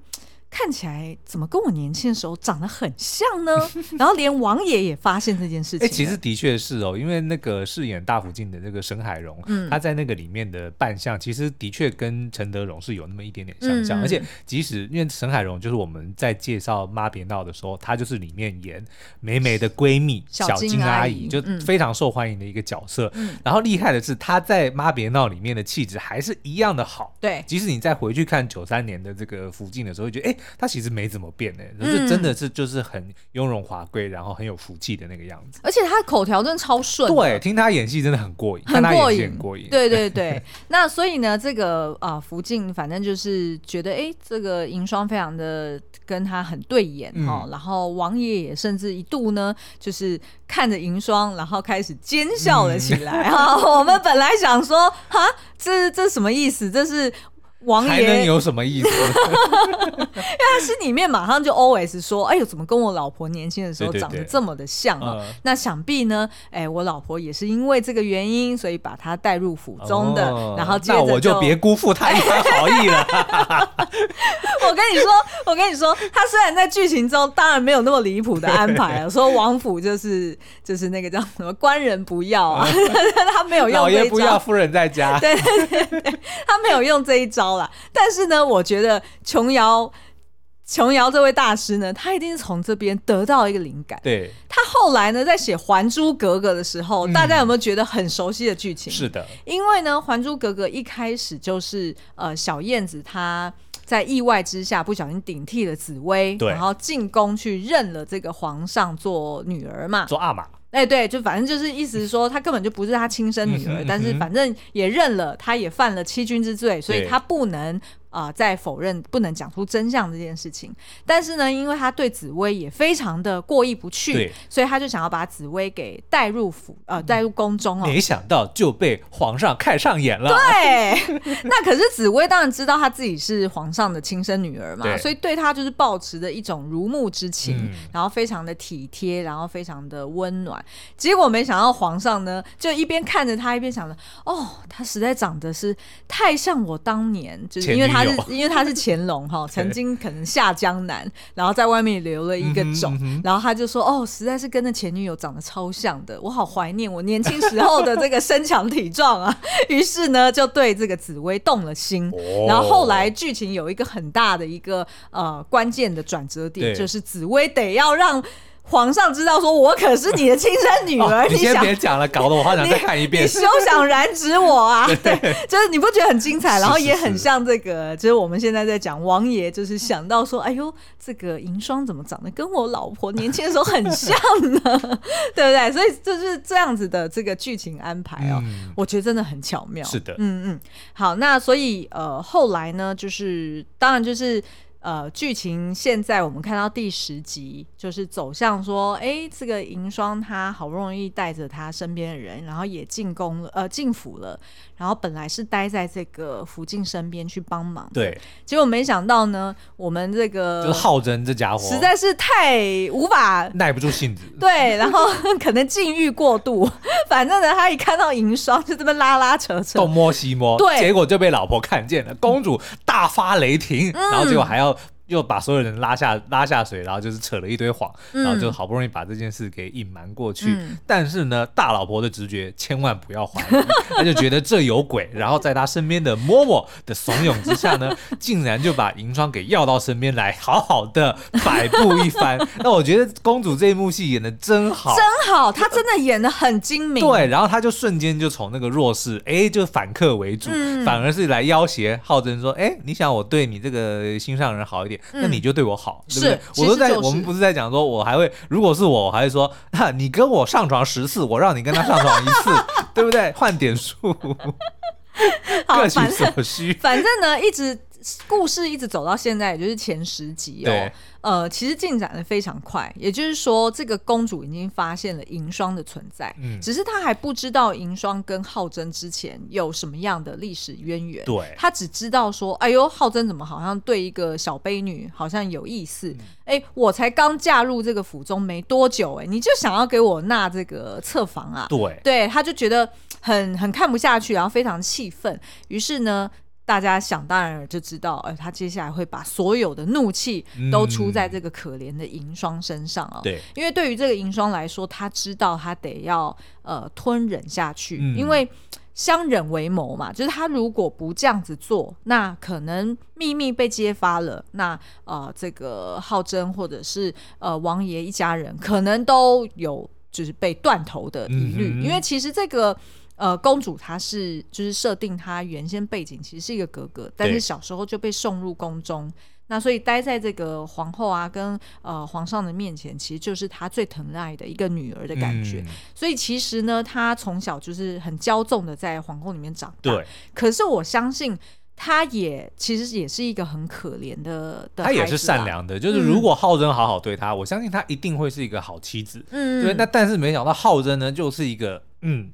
A: 看起来怎么跟我年轻的时候长得很像呢？然后连王爷也发现这件事情
B: 哎、
A: 了。
B: 其实的确是哦，因为那个饰演大福晋的那个沈海荣，
A: 嗯
B: 他在那个里面的扮相，其实的确跟陈德容是有那么一点点相像，
A: 嗯嗯
B: 而且即使因为沈海荣就是我们在介绍《妈别闹》的时候，她就是里面演美美的闺蜜
A: 小
B: 小
A: 金
B: 金阿
A: 阿
B: 姨，
A: 姨
B: 就
A: 嗯
B: 非常受欢迎的一个角色。
A: 嗯
B: 然后厉害的是，她在《妈别闹》里面的气质还是一样的好。
A: 对
B: 即使你再回去看九三年的这个福晋的时候，会觉得哎、诶他其实没怎么变
A: 嗯
B: 呢、可是真的是就是很雍容华贵，然后很有福气的那个样子。
A: 而且他口条真的超顺的，
B: 对，听他演戏真的很过瘾，
A: 很
B: 看他
A: 过
B: 演戏
A: 瘾
B: 很，过瘾。
A: 对对 对，那所以呢，这个啊、福晋反正就是觉得，哎、这个银霜非常的跟他很对眼
B: 嗯
A: 哦。然后王爷也甚至一度呢，就是看着银霜，然后开始奸笑了起来
B: 嗯
A: 哈、我们本来想说，哈，这这什么意思？这是。王
B: 还
A: 爷，
B: 能
A: 因为
B: 有什么意思？
A: 他心里面马上就 OS 说：“哎呦，怎么跟我老婆年轻的时候
B: 对对
A: 长得
B: 对
A: 这么的像啊？”
B: 嗯
A: 那想必呢，哎，我老婆也是因为这个原因，所以把她带入府 中的。
B: 哦
A: 然后接
B: 那
A: 着
B: 我就别，辜负他一番好意了。
A: 我跟你说，我跟你说，他虽然在剧情中当然没有那么离谱的安排 啊，说王府就是就是那个叫什么官人不要啊， 他没有用
B: 嗯老
A: 这
B: 爷
A: 一
B: 不要，
A: 招，
B: 夫人在 家。
A: 对对对对，他没有用这一招啦。但是呢，我觉得琼瑶。琼瑶这位大师呢，他一定是从这边得到一个灵感。
B: 对，
A: 他后来呢，在写《还珠格格》的时候，
B: 嗯
A: 大家有没有觉得很熟悉的剧情？
B: 是的，
A: 因为呢，《还珠格格》一开始就是呃，小燕子她在意外之下不小心顶替了紫薇，
B: 对
A: 然后进宫去认了这个皇上做女儿嘛。
B: 做阿玛。
A: 哎，对，就反正就是意思是说，她根本就不是她亲生女
B: 嗯
A: 儿，
B: 哼
A: 但是
B: 嗯哼
A: 反正也认了，她也犯了欺君之罪，所以
B: 对
A: 她不能啊、呃再否认，不能讲出真相这件事情。但是呢，因为她对紫薇也非常的过意不去
B: 对，
A: 所以她就想要把紫薇给带入府呃带入宫中哦。
B: 没想到就被皇上看上眼了。
A: 对， 那可是紫薇当然知道她自己是皇上的亲生女儿嘛，
B: 对
A: 所以对她就是抱持的一种如沐之情，
B: 嗯
A: 然后非常的体贴，然后非常的温暖。结果没想到皇上呢，就一边看着她，一边想着，哦，她实在长得是太像我当年，就是
B: 前
A: 因为她
B: 女
A: 是
B: 友
A: 因为她是乾隆 哈，曾经可能下江南，然后在外面留了一个种，
B: 嗯哼嗯哼
A: 然后他就说，哦，实在是跟那前女友长得超像的，我好怀念我年轻时候的这个身强体壮啊。 于是呢，就对这个紫薇动了心。
B: 哦
A: 然后后来剧情有一个很大的一个呃关键的转折点，
B: 对
A: 就是紫薇得要让皇上知道，说我可是你的亲生女儿，
B: 哦你先
A: 想
B: 别讲了，搞得我好想再看一
A: 你
B: 遍。
A: 休想染指我 啊！对， 就是你不觉得很精彩，
B: 是
A: 然后
B: 是
A: 也
B: 是
A: 很像这个，就是我们现在在讲王爷，就是想到说，哎呦，这个银霜怎么长得跟我老婆年轻的时候很像呢？ 对不对？所以就是这样子的这个剧情安排哦，
B: 嗯
A: 我觉得真的很巧妙。
B: 是的
A: 嗯嗯，好，那所以呃，后来呢，就是当然就是。呃，剧情现在我们看到第十集，就是走向说，哎，这个银霜她好不容易带着她身边的人，然后也进宫了，呃，进府了，然后本来是待在这个福晋身边去帮忙，，
B: 对，
A: 结果没想到呢，我们这个
B: 就是浩真这家伙
A: 呃实在是太无法
B: 耐不住性子。
A: 对，然后 可能禁欲过度，反正呢，他一看到银霜就这么拉拉扯扯
B: 东，摸西摸，
A: 对
B: 结果就被老婆看见了，公主大发雷霆，
A: 嗯
B: 然后结果还要又把所有人拉下拉下水，然后就是扯了一堆谎，
A: 嗯
B: 然后就好不容易把这件事给隐瞒过去。
A: 嗯
B: 但是呢，大老婆的直觉千万不要怀疑， 她就觉得这有鬼，然后在她身边的嬷嬷的怂恿之下呢，竟然就把银霜给要到身边来，好好的摆布一番。 那我觉得公主这一幕戏演的真好，
A: 真好，他真的演的很精明，
B: 对，然后他就瞬间就从那个弱势，哎，就反客为主，
A: 嗯
B: 反而是来要挟浩真说，哎，你想我对你这个心上人好一点，那
A: 嗯
B: 你就对我好，对不
A: 是
B: 对？
A: 其
B: 我都
A: 实
B: 在，
A: 就
B: 我们
A: 是
B: 不是在讲说，我还会，如果是我，我还会说，哈，你跟我上床十次，我让你跟他上床一 次，对不对？换点数，
A: 好，
B: 各取
A: 反正
B: 所需。
A: 反正呢，一直故事一直走到现在，也就是前十集哦
B: 对。
A: 呃，其实进展的非常快，也就是说，这个公主已经发现了银霜的存在，
B: 嗯
A: 只是她还不知道银霜跟浩真之前有什么样的历史渊源。
B: 对
A: 他只知道说，哎呦，浩真怎么好像对一个小卑女好像有意
B: 嗯
A: 思？哎、我才刚嫁入这个府中没多久、哎，你就想要给我纳这个侧房啊？
B: 对，
A: 对，他就觉得很很看不下去，然后非常气愤。于是呢，大家想当然就知道，哎，他接下来会把所有的怒气都出在这个可怜的银霜身上哦。
B: 对，
A: 因为对于这个银霜来说，他知道他得要呃吞忍下去，
B: 嗯
A: 因为相忍为谋嘛，就是他如果不这样子做，那可能秘密被揭发了，那呃这个浩真或者是呃王爷一家人可能都有就是被断头的疑虑，
B: 嗯哼
A: 因为其实这个。呃，公主她是就是设定她原先背景其实是一个格格，但是
B: 对
A: 小时候就被送入宫中，那所以待在这个皇后啊跟呃皇上的面前，其实就是他最疼爱的一个女儿的感觉。
B: 嗯
A: 所以其实呢，他从小就是很骄纵的在皇宫里面长大。
B: 对，
A: 可是我相信，他也其实也是一个很可怜的的，
B: 她也是善。良的，
A: 嗯
B: 就是如果浩真好好对她，我相信她一定会是一个好妻子。
A: 嗯，
B: 对，那但是没想到浩真呢，就是一个嗯，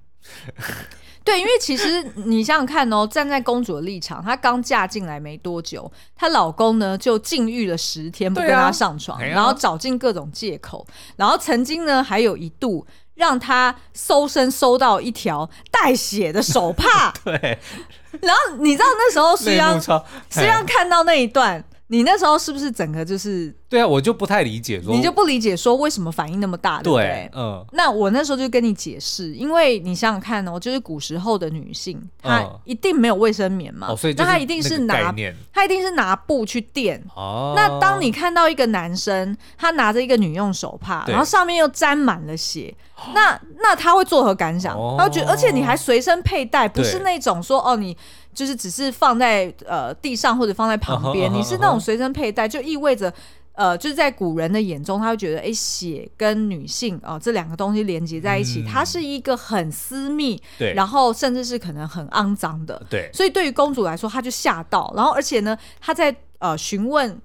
A: 对，因为其实你想想看哦，站在公主的立场，她刚嫁进来没多久，她老公呢就禁欲了十天，不
B: 对啊
A: 跟她上床，
B: 哎呀，
A: 然后找尽各种借口，然后曾经呢还有一度让她搜身搜到一条带血的手帕
B: 对，
A: 然后你知道那时候虽
B: 内幕
A: 然
B: 超，
A: 虽
B: 哎
A: 然看到那一段。你那时候是不是整个就是，
B: 对啊，我就不太理解说，
A: 你就不理解说为什么反应那么大，对不
B: 对，嗯，
A: 那我那时候就跟你解释，因为你想想看哦，就是古时候的女性，她
B: 嗯
A: 一定没有卫生棉嘛，
B: 哦，所以就
A: 那她一定
B: 那
A: 是
B: 个概
A: 拿
B: 念
A: 她一定是拿布去垫。
B: 哦。
A: 那当你看到一个男生，他拿着一个女用手帕，
B: 对
A: 然后上面又沾满了血，那那他会作何感想？
B: 哦
A: 他会觉得，而且你还随身佩戴，不
B: 对
A: 是那种说哦，你就是只是放在呃地上或者放在旁边
B: 嗯哼嗯哼
A: 你是那种随身佩戴，就意味着。呃，就是在古人的眼中，他会觉得，哎、血跟女性啊、哦这两个东西连接在一起，
B: 嗯
A: 它是一个很私密，
B: 对，
A: 然后甚至是可能很肮脏的。
B: 对
A: 所以对于公主来说，她就吓到，然后而且呢，她在呃询问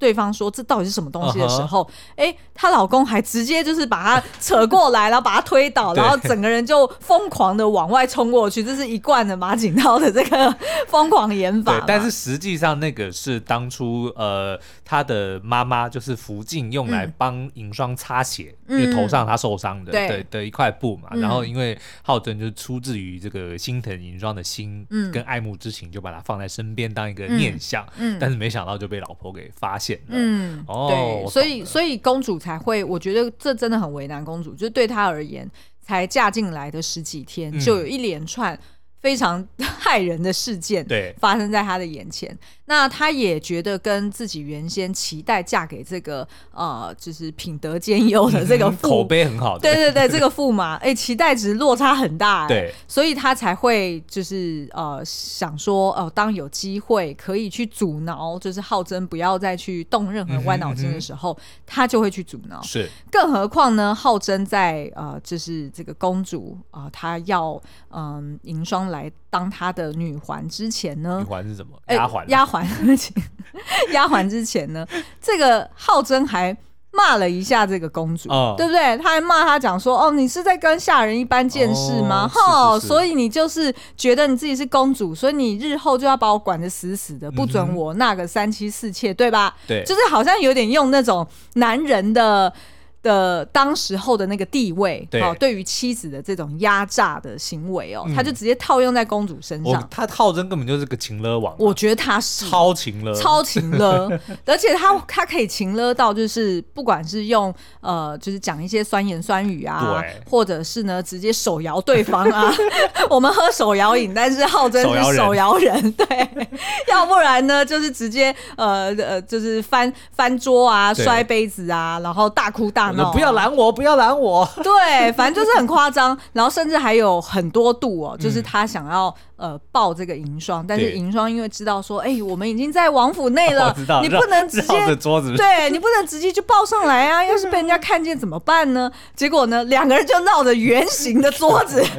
A: 对方说这到底是什么东西的时
B: 啊
A: 候，哎、她老公还直接就是把她扯过来，然后把她推倒，
B: 对
A: 然后整个人就疯狂的往外冲过去，这是一贯的马景涛的这个疯狂演法
B: 对
A: 嘛。，
B: 但是实际上那个是当初呃，他的妈妈就是福晋用来
A: 嗯
B: 帮银霜擦血，
A: 嗯
B: 因为头上他受伤的，
A: 对
B: 对的一块布嘛。
A: 嗯
B: 然后因为浩真就出自于这个心疼银霜的心，
A: 嗯
B: 跟爱慕之情，就把它放在身边当一个念想。
A: 嗯
B: 但是没想到就被老婆给发现了。
A: 嗯，
B: 哦我
A: 对，
B: 懂
A: 所以
B: 了
A: 所以公主才会，我觉得这真的很为难公主，就是对她而言，才嫁进来的十几天，
B: 嗯
A: 就有一连串非常 害人的事件。
B: 对，
A: 发生在她的眼前，那她也觉得跟自己原先期待嫁给这个呃，就是品德兼优的这个
B: 嗯口
A: 驸，
B: 碑很好的，
A: 对对对，这个驸 马，哎、期待值落差很大、哎
B: 对
A: 所以他才会就是呃想说哦、当有机会可以去阻挠，就是浩真不要再去动任
B: 嗯
A: 何歪脑筋的时候，他就会去阻挠。
B: 是
A: 更何况呢，浩真在呃就是这个公主啊、呃她要嗯银霜来当她的女环之前
B: 女
A: 呢。
B: 环是什么？
A: 哎
B: 丫鬟，啊
A: 丫鬟， 对不起丫鬟之前呢，这个浩真还骂了一下这个公主，
B: 哦
A: 对不对？他还骂她讲说：“哦，你是在跟下人一般见识吗？
B: 哦
A: 吼
B: 是是是
A: 所以你就是觉得你自己是公主，所以你日后就要把我管得死死的，不
B: 嗯
A: 准
B: 哼
A: 我那个三妻四妾，对吧？
B: 对，
A: 就是好像有点用那种男人的。”的当时候的那个地位，
B: 对
A: 哦，对于妻子的这种压榨的行为哦，
B: 嗯
A: 他就直接套用在公主身
B: 我
A: 上。
B: 他浩真根本就是个情勒王啊，
A: 我觉得他是
B: 超情勒，
A: 超情勒， 而且他他可以情勒到，就是不管是用呃，就是讲一些酸言酸语啊
B: 对，
A: 或者是呢直接手摇对方啊。 我们喝手摇饮，但是浩真是手
B: 手
A: 摇人， 对，要不然呢就是直接呃呃，就是翻翻桌啊，
B: 对
A: 摔杯子啊，然后大哭大
B: 我
A: 闹、啊
B: 说不要
A: 来。
B: 拦我，不要拦我，
A: 对，反正就是很夸张，然后甚至还有很多度哦，就是他想要呃抱这个银霜，但是
B: 嗯对哦
A: 银霜因为知道说，哎、我们已经在王府内了
B: 我知道，，
A: 啊你
B: 绕
A: 不能直接
B: 绕着桌子
A: 对你不能直接就抱上来啊！要是被人家看见怎么办呢？结果呢，两个人就闹着圆形的桌 子。哎呀，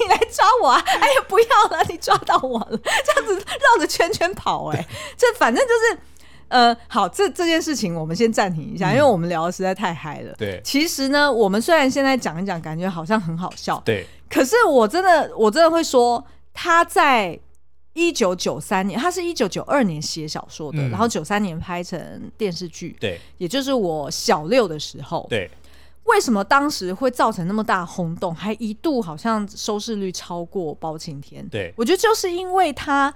A: 你来抓我啊！哎呀，不要了，你抓到我了，这样子绕着圈圈跑、哎，这反正就是。呃，好，这这件事情我们先暂停一
B: 嗯
A: 下，因为我们聊的实在太嗨了。
B: 对
A: 其实呢，我们虽然现在讲一讲，感觉好像很好笑，
B: 对，
A: 可是我真的，我真的会说，他在一九九三年，他是一九九二年写小说的，
B: 嗯
A: 然后九三年拍成电视剧，
B: 对
A: 也就是我小六的时候。
B: 对，
A: 为什么当时会造成那么大轰动，还一度好像收视率超过《包青天》？
B: 对
A: 我觉得就是因为他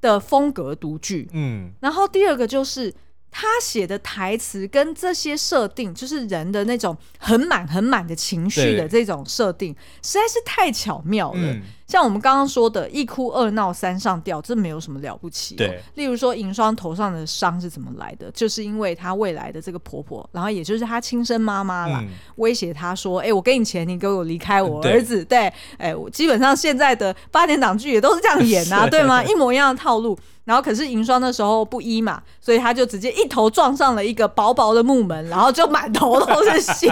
A: 的风格独具，
B: 嗯，
A: 然后第二个就是他写的台词跟这些设定，就是人的那种很满很满的情绪的
B: 对
A: 这种设定，实在是太巧妙了。
B: 嗯
A: 像我们刚刚说的“一哭二闹三上吊”，这没有什么了不起、哦
B: 对，
A: 例如说银霜头上的伤是怎么来的，就是因为她未来的这个婆婆，然后也就是她亲生妈妈啦，
B: 嗯
A: 威胁她说：“哎、我给你钱，你给我离开我
B: 对
A: 儿子。 对，哎、我基本上现在的八点档剧也都是这样演啊，对吗？一模一样的套路。然后可是银霜那时候不依嘛，所以他就直接一头撞上了一个薄薄的木门，然后就满头都是 血。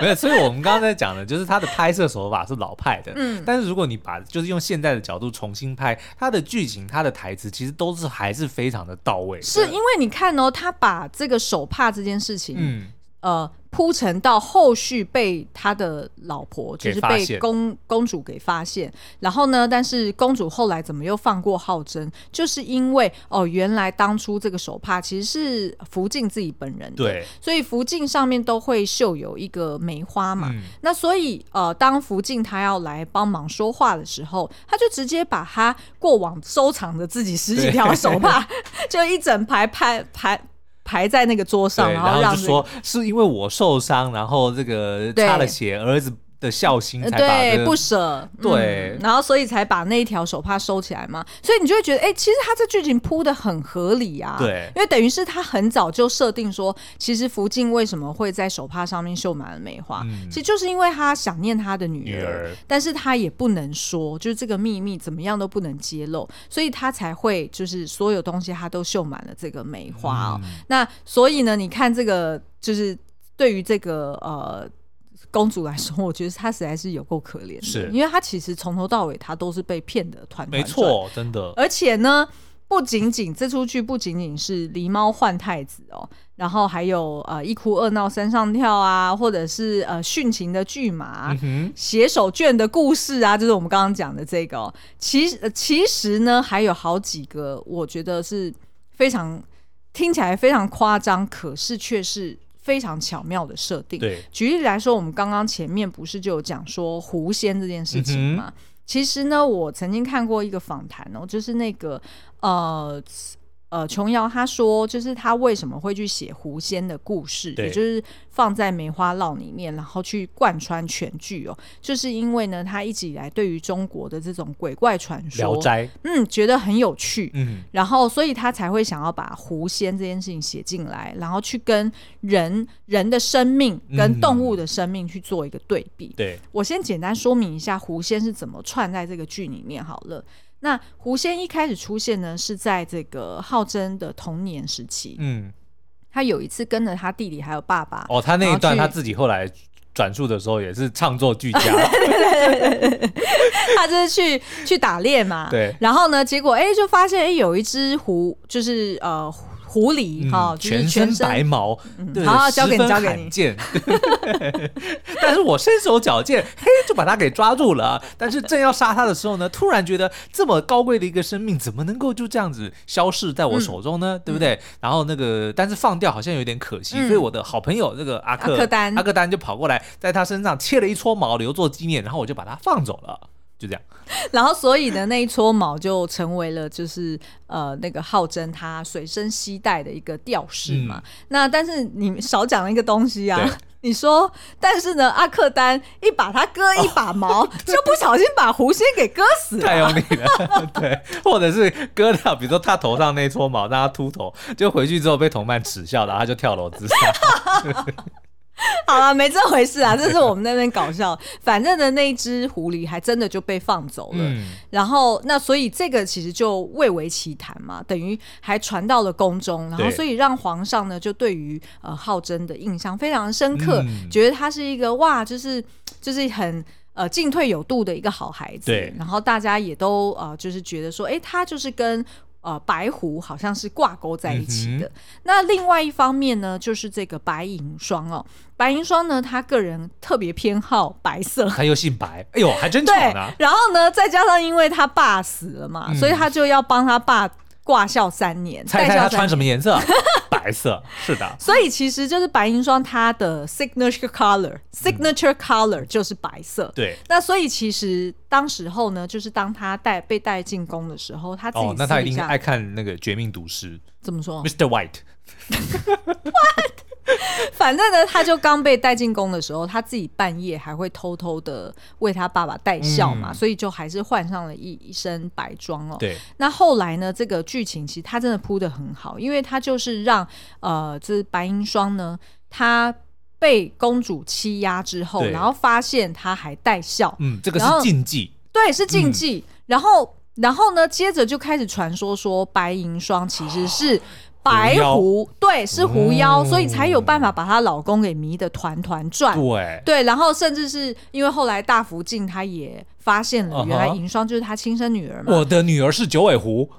B: 没有，所以我们刚刚在讲的就是它的拍摄手法是老派的，嗯，但是如果你把就是用现代的角度重新拍，它的剧情、它的台词其实都是还是非常的到位的，
A: 是因为你看哦，他把这个手帕这件事情，
B: 嗯，
A: 呃铺陈到后续被他的老婆就
B: 给
A: 是
B: 发
A: 被
B: 现
A: 公公主给发现，然后呢，但是公主后来怎么又放过浩真，就是因为哦，原来当初这个手帕其实是福晋自己本人的，
B: 对，
A: 所以福晋上面都会绣有一个梅花嘛。
B: 嗯
A: 那所以呃，当福晋他要来帮忙说话的时候，他就直接把他过往收藏的自己十几条手帕， 就一整排排排排在那个桌上，
B: 对，
A: 然后让、
B: 就
A: 这个
B: 说是因为我受伤，然后这个
A: 对
B: 擦了血，儿子的孝心
A: 呃
B: 才把这
A: 对
B: 个
A: 不舍，嗯
B: 对
A: 然后所以才把那一条手帕收起来嘛。所以你就会觉得，哎、其实他这剧情铺的很合理啊。
B: 对
A: 因为等于是他很早就设定说，其实福晋为什么会在手帕上面绣满了梅花，
B: 嗯
A: 其实就是因为他想念他的女
B: 女儿
A: 但是他也不能说，就是这个秘密怎么样都不能揭露，所以他才会就是所有东西他都绣满了这个梅花哦。
B: 嗯
A: 那所以呢，你看这个就是对于这个呃。公主来说，我觉得她实在是有够可怜的，
B: 是
A: 因为她其实从头到尾她都是被骗的团团
B: 没
A: 转，
B: 错，真的，
A: 而且呢，不仅仅这出剧不仅仅是狸猫换太子哦，然后还有呃一哭二闹三上吊啊，或者是呃殉情的骏马啊、
B: 嗯哼，
A: 写手卷的故事啊，就是我们刚刚讲的这个、哦。其实、呃其实呢，还有好几个，我觉得是非常听起来非常夸张，可是却是非常巧妙的设定。
B: 对，
A: 举例来说，我们刚刚前面不是就有讲说狐仙这件事情
B: 嗯哼
A: 吗？其实呢，我曾经看过一个访谈哦，就是那个呃呃琼瑶她说，就是她为什么会去写狐仙的故事，
B: 对
A: 也就是放在梅花烙里面，然后去贯穿全剧哦，就是因为呢，她一直以来对于中国的这种鬼怪传
B: 《聊
A: 说，
B: 斋》，
A: 嗯，觉得很有趣，
B: 嗯，
A: 然后所以他才会想要把狐仙这件事情写进来，然后去跟人人的生命跟动物的生命去做一个对比。
B: 对，
A: 我先简单说明一下狐仙是怎么串在这个剧里面好了。那狐仙一开始出现呢，是在这个浩真的童年时期，
B: 嗯，
A: 他有一次跟着他弟弟还有爸爸，
B: 哦，他那
A: 然
B: 一
A: 后
B: 段
A: 去
B: 他自己后来转述的时候也是唱作俱佳，
A: 他就是去去打猎嘛，
B: 对
A: 然后呢，结果哎、就发现哎、有一只狐，就是呃狐狸
B: 嗯
A: 哈、就是
B: 全
A: 全
B: 身
A: 身嗯
B: 白毛，对
A: 好好交给你
B: 十分
A: 交给
B: 罕
A: 你
B: 见 但是我身手矫健， 嘿，就把他给抓住了。但是正要杀他的时候呢，突然觉得这么高贵的一个生命，怎么能够就这样子消逝在我手中呢？对不对？然后那个，但是放掉好像有点可惜，
A: 嗯
B: 所以我的好朋友那个阿克
A: 阿克丹
B: 阿克丹就跑过来，在他身上切了一撮毛留作纪念，然后我就把它放走了。就这样，
A: 然后，所以呢，那一撮毛就成为了就是呃那个浩真他随身携带的一个吊饰嘛。那但是你少讲了一个东西啊
B: 嗯对。
A: 你说，但是呢，阿克丹一把他割一把毛，
B: 哦
A: 就不小心把狐仙给割死了。
B: 太用力了， 对，或者是割掉，比如说他头上那一撮毛，让他秃头，就回去之后被同伴耻笑，然后他就跳楼自杀。
A: 好了，没这回事啊，这是我们那边搞笑。反正呢，那一只狐狸还真的就被放走了。
B: 嗯，
A: 然后那所以这个其实就蔚为奇谈嘛，等于还传到了宫中，然后
B: 对
A: 所以让皇上呢就对于呃浩真的印象非常深刻，
B: 嗯
A: 觉得他是一个哇，就是就是很。呃，进退有度的一个好孩子，
B: 对
A: 然后大家也都呃，就是觉得说，哎，他就是跟呃白狐好像是挂钩在一起
B: 嗯
A: 的。那另外一方面呢，就是这个白银霜哦，白银霜呢，他个人特别偏好白色，
B: 他又姓白，哎呦，还真巧
A: 对
B: 呢，。
A: 然后呢，再加上因为他爸死了嘛，
B: 嗯
A: 所以他就要帮他爸挂孝三年，
B: 猜
A: 代
B: 猜
A: 孝
B: 他
A: 三
B: 穿
A: 年。
B: 什么 颜色？白色，是的。
A: 所以其实就是白银霜，它的 signature color，signature color 就是白色。
B: 对，
A: 那所以其实当时候呢，就是当他带被带进宫的时候，他自己哦
B: 哦，那他
A: 私
B: 一
A: 底
B: 定
A: 下
B: 爱看那个《绝命毒师》
A: 怎么说？
B: ，Mr. White。
A: 反正呢，他就刚被带进宫的时候，他自己半夜还会偷偷的为他爸爸带孝嘛，
B: 嗯
A: 所以就还是换上了一一身白装哦。
B: 对，
A: 那后来呢，这个剧情其实它真的铺的很好，因为它就是让呃，这白银霜呢，她被公主欺压之后，
B: 对
A: 然后发现她还带孝，
B: 嗯，这个是
A: 然后
B: 禁忌，嗯
A: 对，是禁忌。然后然后呢，接着就开始传说说白银霜其实 是白狐，对，是狐妖，
B: 哦
A: 所以才有办法把她老公给迷得团团转。
B: 对，
A: 对，然后甚至是因为后来大福晋她也发现
B: 嗯
A: 了，
B: 哼
A: 原来银霜就是她亲生女儿嘛。
B: 我的女儿是九尾狐，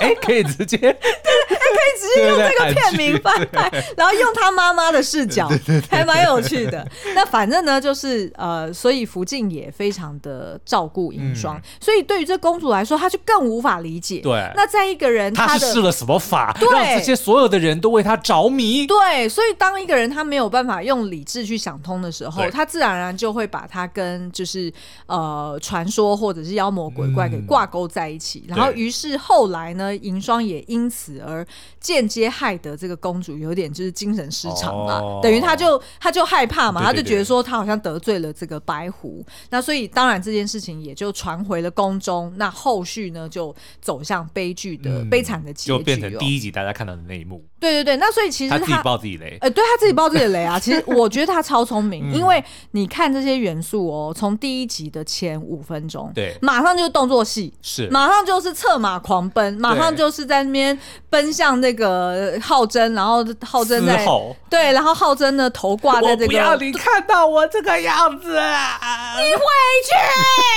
B: 哎，可以 直接，可以直接
A: 用这个片名翻拍， 然后用他妈妈的视角，还蛮有趣 的。那反正呢，就是呃，所以福晋也非常的照顾银霜，
B: 嗯
A: 所以对于这公主来说，她就更无法理解。
B: 对
A: 那在一个人
B: 他
A: 她
B: 是施
A: 的。
B: 了什么法，
A: 对
B: 让这些所有的人都为他着迷？
A: 对，所以当一个人他没有办法用理智去想通的时候，
B: 对
A: 他自然而然就会把他跟就是呃传说或者是妖魔鬼怪给
B: 嗯
A: 挂钩在一起。然后，
B: 对
A: 于是后来呢，银霜也因此而间接害得这个公主有点就是精神失常嘛，
B: 哦
A: 等于她就。就他就害怕嘛，
B: 对对
A: 他就觉得说他好像得罪了这个白狐，那所以当然这件事情也就传回了宫中，那后续呢就走向悲剧的、
B: 嗯
A: 悲惨的结局、哦，
B: 就变成第一集大家看到的那一幕，
A: 对对对，那所以其实
B: 他自己
A: 他。
B: 爆自己雷。
A: 呃，对他自己爆自己的雷啊！ 其实我觉得他超聪明，
B: 嗯
A: 因为你看这些元素哦，从第一集的前五分钟，
B: 对
A: 马上就是动作戏，
B: 是
A: 马上就是策马狂奔，马上就是在那边奔向那个浩真，然后浩真在
B: 嘶吼
A: 对，然后浩真呢头挂在
B: 我
A: 这
B: 不
A: 个
B: 要你看到我这个样子啊！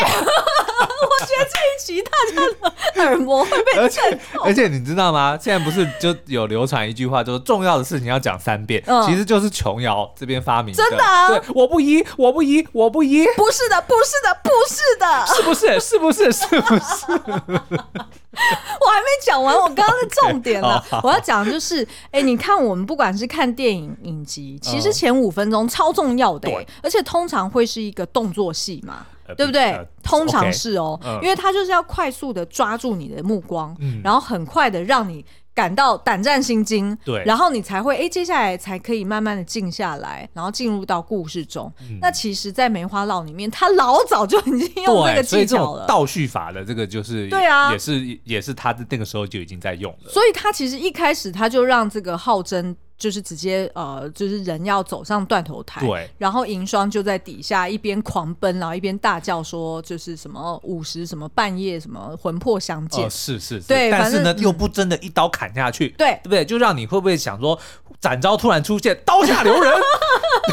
A: 我觉得这一集大家的耳膜会 被
B: 而且而且你知道吗？现在不是就有流传一句话，就是重要的事情要讲三遍，
A: 嗯
B: 其实就是琼瑶这边发明
A: 真的啊
B: 对，我不依，我不依，我不依，
A: 不是的，不是的，不是的，
B: 是 不是？是不是？是不是？
A: 我还没讲完我刚刚的重 点呢
B: Okay，好。
A: 我要讲的就是，哎、你看我们不管是看电影影集，其实前五分钟超重要的、哎
B: 对
A: 而且通常会是一个动作戏嘛。
B: 呃
A: 对不对
B: 呃？
A: 通常
B: OK
A: 是哦
B: 嗯，
A: 因为他就是要快速的抓住你的目光
B: 嗯，
A: 然后很快的让你感到胆战心惊，
B: 对
A: 然后你才会哎，接下来才可以慢慢的静下来，然后进入到故事中。
B: 嗯
A: 那其实，在《梅花烙》里面，他老早就已经用这个
B: 对，所以
A: 技
B: 这
A: 巧
B: 种
A: 了。
B: 倒叙法的这个就是，
A: 对啊
B: 也是也是他的那个时候就已经在用了。
A: 所以他其实一开始他就让这个浩真就是直接呃，就是人要走上断头台，
B: 对
A: 然后银霜就在底下一边狂奔，然后一边大叫说就是什么五十什么半夜什么魂魄相见，
B: 哦，是是是，
A: 对
B: 但
A: 反
B: 是
A: 正
B: 呢，
A: 嗯
B: 又不真的一刀砍下去，
A: 对
B: 对不对？就让你会不会想说，展昭突然出现，刀下留人，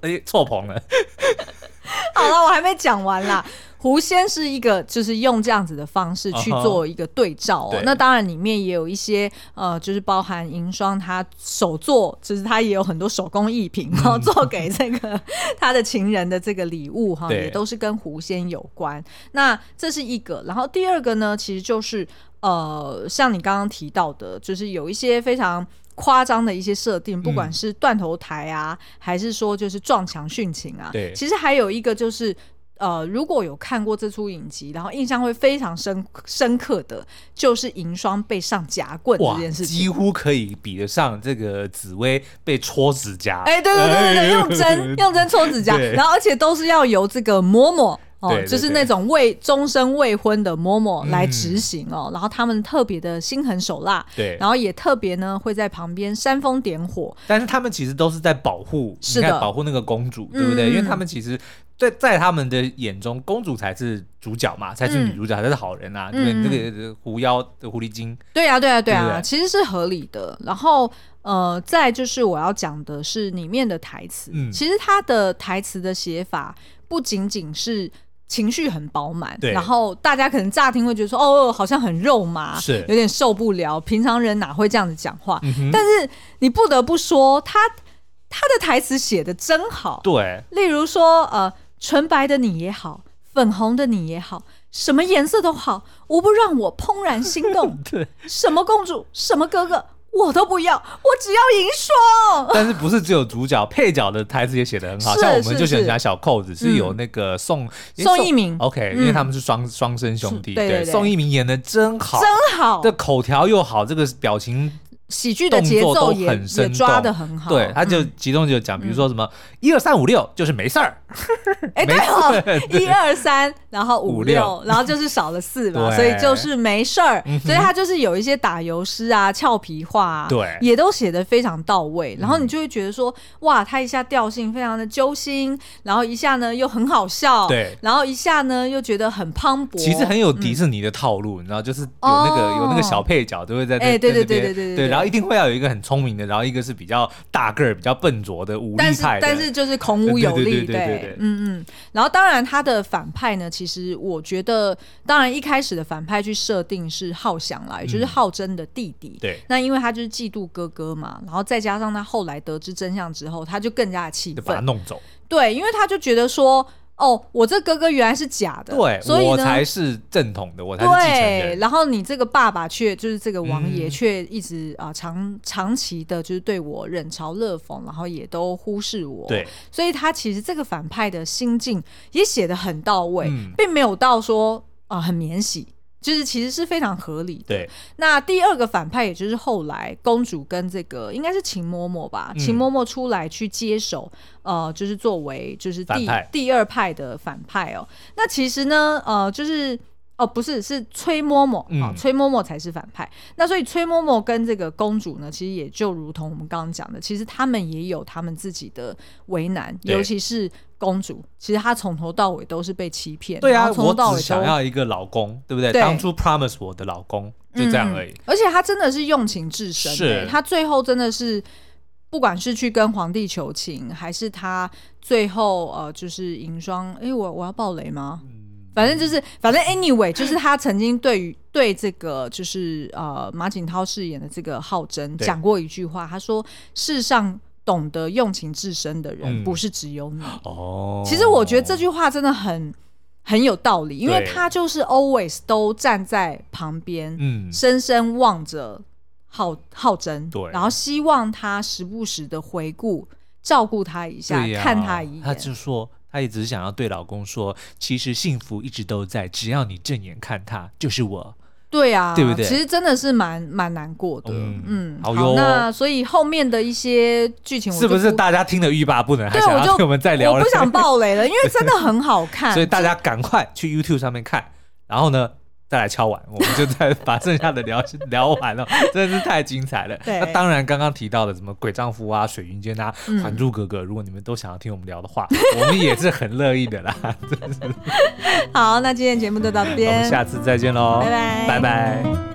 B: 哎，错棚了，
A: 好了，我还没讲完啦。狐仙是一个，就是用这样子的方式去
B: 啊哈
A: 做一个对照哦。
B: 对
A: 那当然里面也有一些呃，就是包含银霜他手做，就是他也有很多手工艺品然
B: 嗯
A: 后做给这个 他的情人的这个礼物哈，
B: 对
A: 也都是跟狐仙有关。那这是一个，然后第二个呢，其实就是呃，像你刚刚提到的，就是有一些非常。夸张的一些设定，不管
B: 嗯
A: 是断头台啊，还是说就是撞墙殉情啊，
B: 对
A: 其实还有一个就是。呃，如果有看过这出影集，然后印象会非常深深刻的，就是银霜被上夹棍这
B: 哇，
A: 件事情
B: 几。乎可以比得上这个紫薇被戳指甲，
A: 哎、对对对对对，用 针用针戳指甲，
B: 对
A: 然后而且都是要由这个嬷嬷哦，
B: 对对
A: 就是
B: 对嗯
A: 那种未终身未婚的嬷嬷来执行哦，然后他们特别的心狠手辣，
B: 对
A: 然后也特别呢会在旁边煽风点火，
B: 但是他们其实都是在保护，
A: 是
B: 你看
A: 的
B: 保护那个公主，对不对？
A: 嗯
B: 因为他们其实在在他们的眼中，公主才是主角嘛，才是女主角，才是好人啊，对
A: 嗯
B: 不对？这个狐妖的狐狸精，
A: 对啊呀、对呀、对呀、
B: 对不对
A: 其实是合理的。然后呃，再就是我要讲的是里面的台词，
B: 嗯
A: 其实它的台词的写法不仅仅是。情绪很饱满，
B: 对
A: 然后大家可能乍听会觉得说，哦，好像很肉麻，
B: 是
A: 有点受不了。平常人哪会这样子讲话？
B: 嗯哼，
A: 但是你不得不说，他他的台词写的真好，
B: 对，
A: 例如说，呃，纯白的你也好，粉红的你也好，什么颜色都好，无不让我怦然心动。
B: 对，
A: 什么公主，什么哥哥，我都不要，我只要银霜。
B: 但是不是只有主角，配角的台词也写得很好，
A: 是嗯
B: 像我们就是喜欢讲小扣子，是有那个宋诶
A: 宋一鸣
B: ，OK，
A: 嗯
B: 因为他们是双双生兄弟，
A: 是对对对
B: 宋一鸣演的真好，
A: 真好，
B: 这口条又好，这个表情
A: 喜剧的节奏也
B: 动作都很生
A: 也
B: 动
A: 抓的很好。嗯
B: 对，他就其中就讲，比如说什么一二三五六就是没事儿，
A: 哎、对哦， 一二三，然后五
B: 五
A: 六
B: 六，
A: 然后就是少了四嘛，
B: 对
A: 所以就是没事儿。
B: 嗯哼
A: 所以他就是有一些打油诗啊、俏皮话啊，
B: 对嗯
A: 也都写的非常到位。然后你就会觉得说，哇，他一下调性非常的揪心，然后一下呢又很好笑，
B: 对
A: 然后一下呢又觉得很磅礴，
B: 其实很有迪士尼的套路，你知道，就是有那个、
A: 哦
B: 有那个小配角都会在那
A: 哎对对
B: 在那
A: 对对
B: 边
A: 对对对
B: 然后一定会要有一个很聪明的，然后一个是比较大个儿、比较笨拙的武力
A: 但是
B: 派的，
A: 但是就是孔武有力，
B: 对对对对对对
A: 嗯嗯。然后当然他的反派呢，其实我觉得，当然一开始的反派去设定是浩翔啦，也就是浩真的弟弟。
B: 嗯对
A: 那因为他就是嫉妒哥哥嘛，然后再加上他后来得知真相之后，他就更加的气
B: 就把他
A: 愤。
B: 弄走。
A: 对，因为他就觉得说，哦，我这哥哥原来是假的，
B: 对，
A: 所以
B: 我
A: 呢，
B: 才是正统的，我才是继承
A: 对，
B: 人。
A: 然后你这个爸爸却就是这个王爷，
B: 嗯
A: 却一直啊、长长期的，就是对我冷嘲热讽，然后也都忽视我。
B: 对，
A: 所以他其实这个反派的心境也写得很到位，
B: 嗯
A: 并没有到说啊、呃很免洗，就是其实是非常合理的。
B: 对，
A: 那第二个反派，也就是后来公主跟这个应该是秦嬷嬷吧，
B: 嗯
A: 秦嬷嬷出来去接手，呃，就是作为就是第
B: 反派
A: 第二派的反派哦。那其实呢，呃，就是。哦，不是，是崔嬷嬷
B: 嗯
A: 啊，崔嬷嬷才是反派。那所以崔嬷嬷跟这个公主呢，其实也就如同我们刚刚讲的，其实他们也有他们自己的为难，
B: 对
A: 尤其是公主，其实她从头到尾都是被欺骗，
B: 对
A: 然
B: 啊，
A: 后从头到
B: 我
A: 尾
B: 只
A: 都
B: 想要一个老公，对不对？
A: 对
B: 当初 promise 我的老公，就这样而已
A: 嗯。而且他真的是用情至深、
B: 是
A: 欸，他最后真的是，不管是去跟皇帝求情，还是他最后呃，就是银霜，哎、我我要爆雷吗？
B: 嗯
A: 反正就是，反正 anyway，就是他曾经对于对这个就是呃马景涛饰演的这个浩真
B: 对
A: 讲过一句话，他说：“世上懂得用情至深的人，
B: 嗯
A: 不是只有你。
B: 哦，
A: 其实我觉得这句话真的很很有道理，因为
B: 对
A: 他就是 always 都站在旁边，
B: 嗯，
A: 深深望着浩浩真，
B: 对
A: 然后希望他时不时的回顾、照顾他一下，
B: 对呀、
A: 看他一眼。
B: 他就说，他也只想要对老公说，其实幸福一直都在，只要你正眼看他，就是我。
A: 对啊，
B: 对不对
A: 其实真的是蛮蛮难过的，
B: 嗯
A: 嗯，
B: 好哟
A: 那所以后面的一些剧情我
B: 是
A: 就
B: 不是大家听得欲罢不能，还
A: 对
B: 想
A: 我就
B: 要听我们再聊
A: 我
B: 了
A: 不？想爆雷了，因为真的很好看。
B: 所以大家赶快去 YouTube 上面看，然后呢？再来 敲碗，我们就再把剩下的聊聊完了，真的是太精彩了。
A: 对
B: 那当然，刚刚提到的什么《鬼丈夫》啊、《水云间》啊、
A: 嗯
B: 《还珠格格》，如果你们都想要听我们聊的话，我们也是很乐意 的啦。
A: 好，那今天节目就到这
B: 我
A: 边，
B: 们下次再见喽，
A: 啊拜拜
B: 拜拜。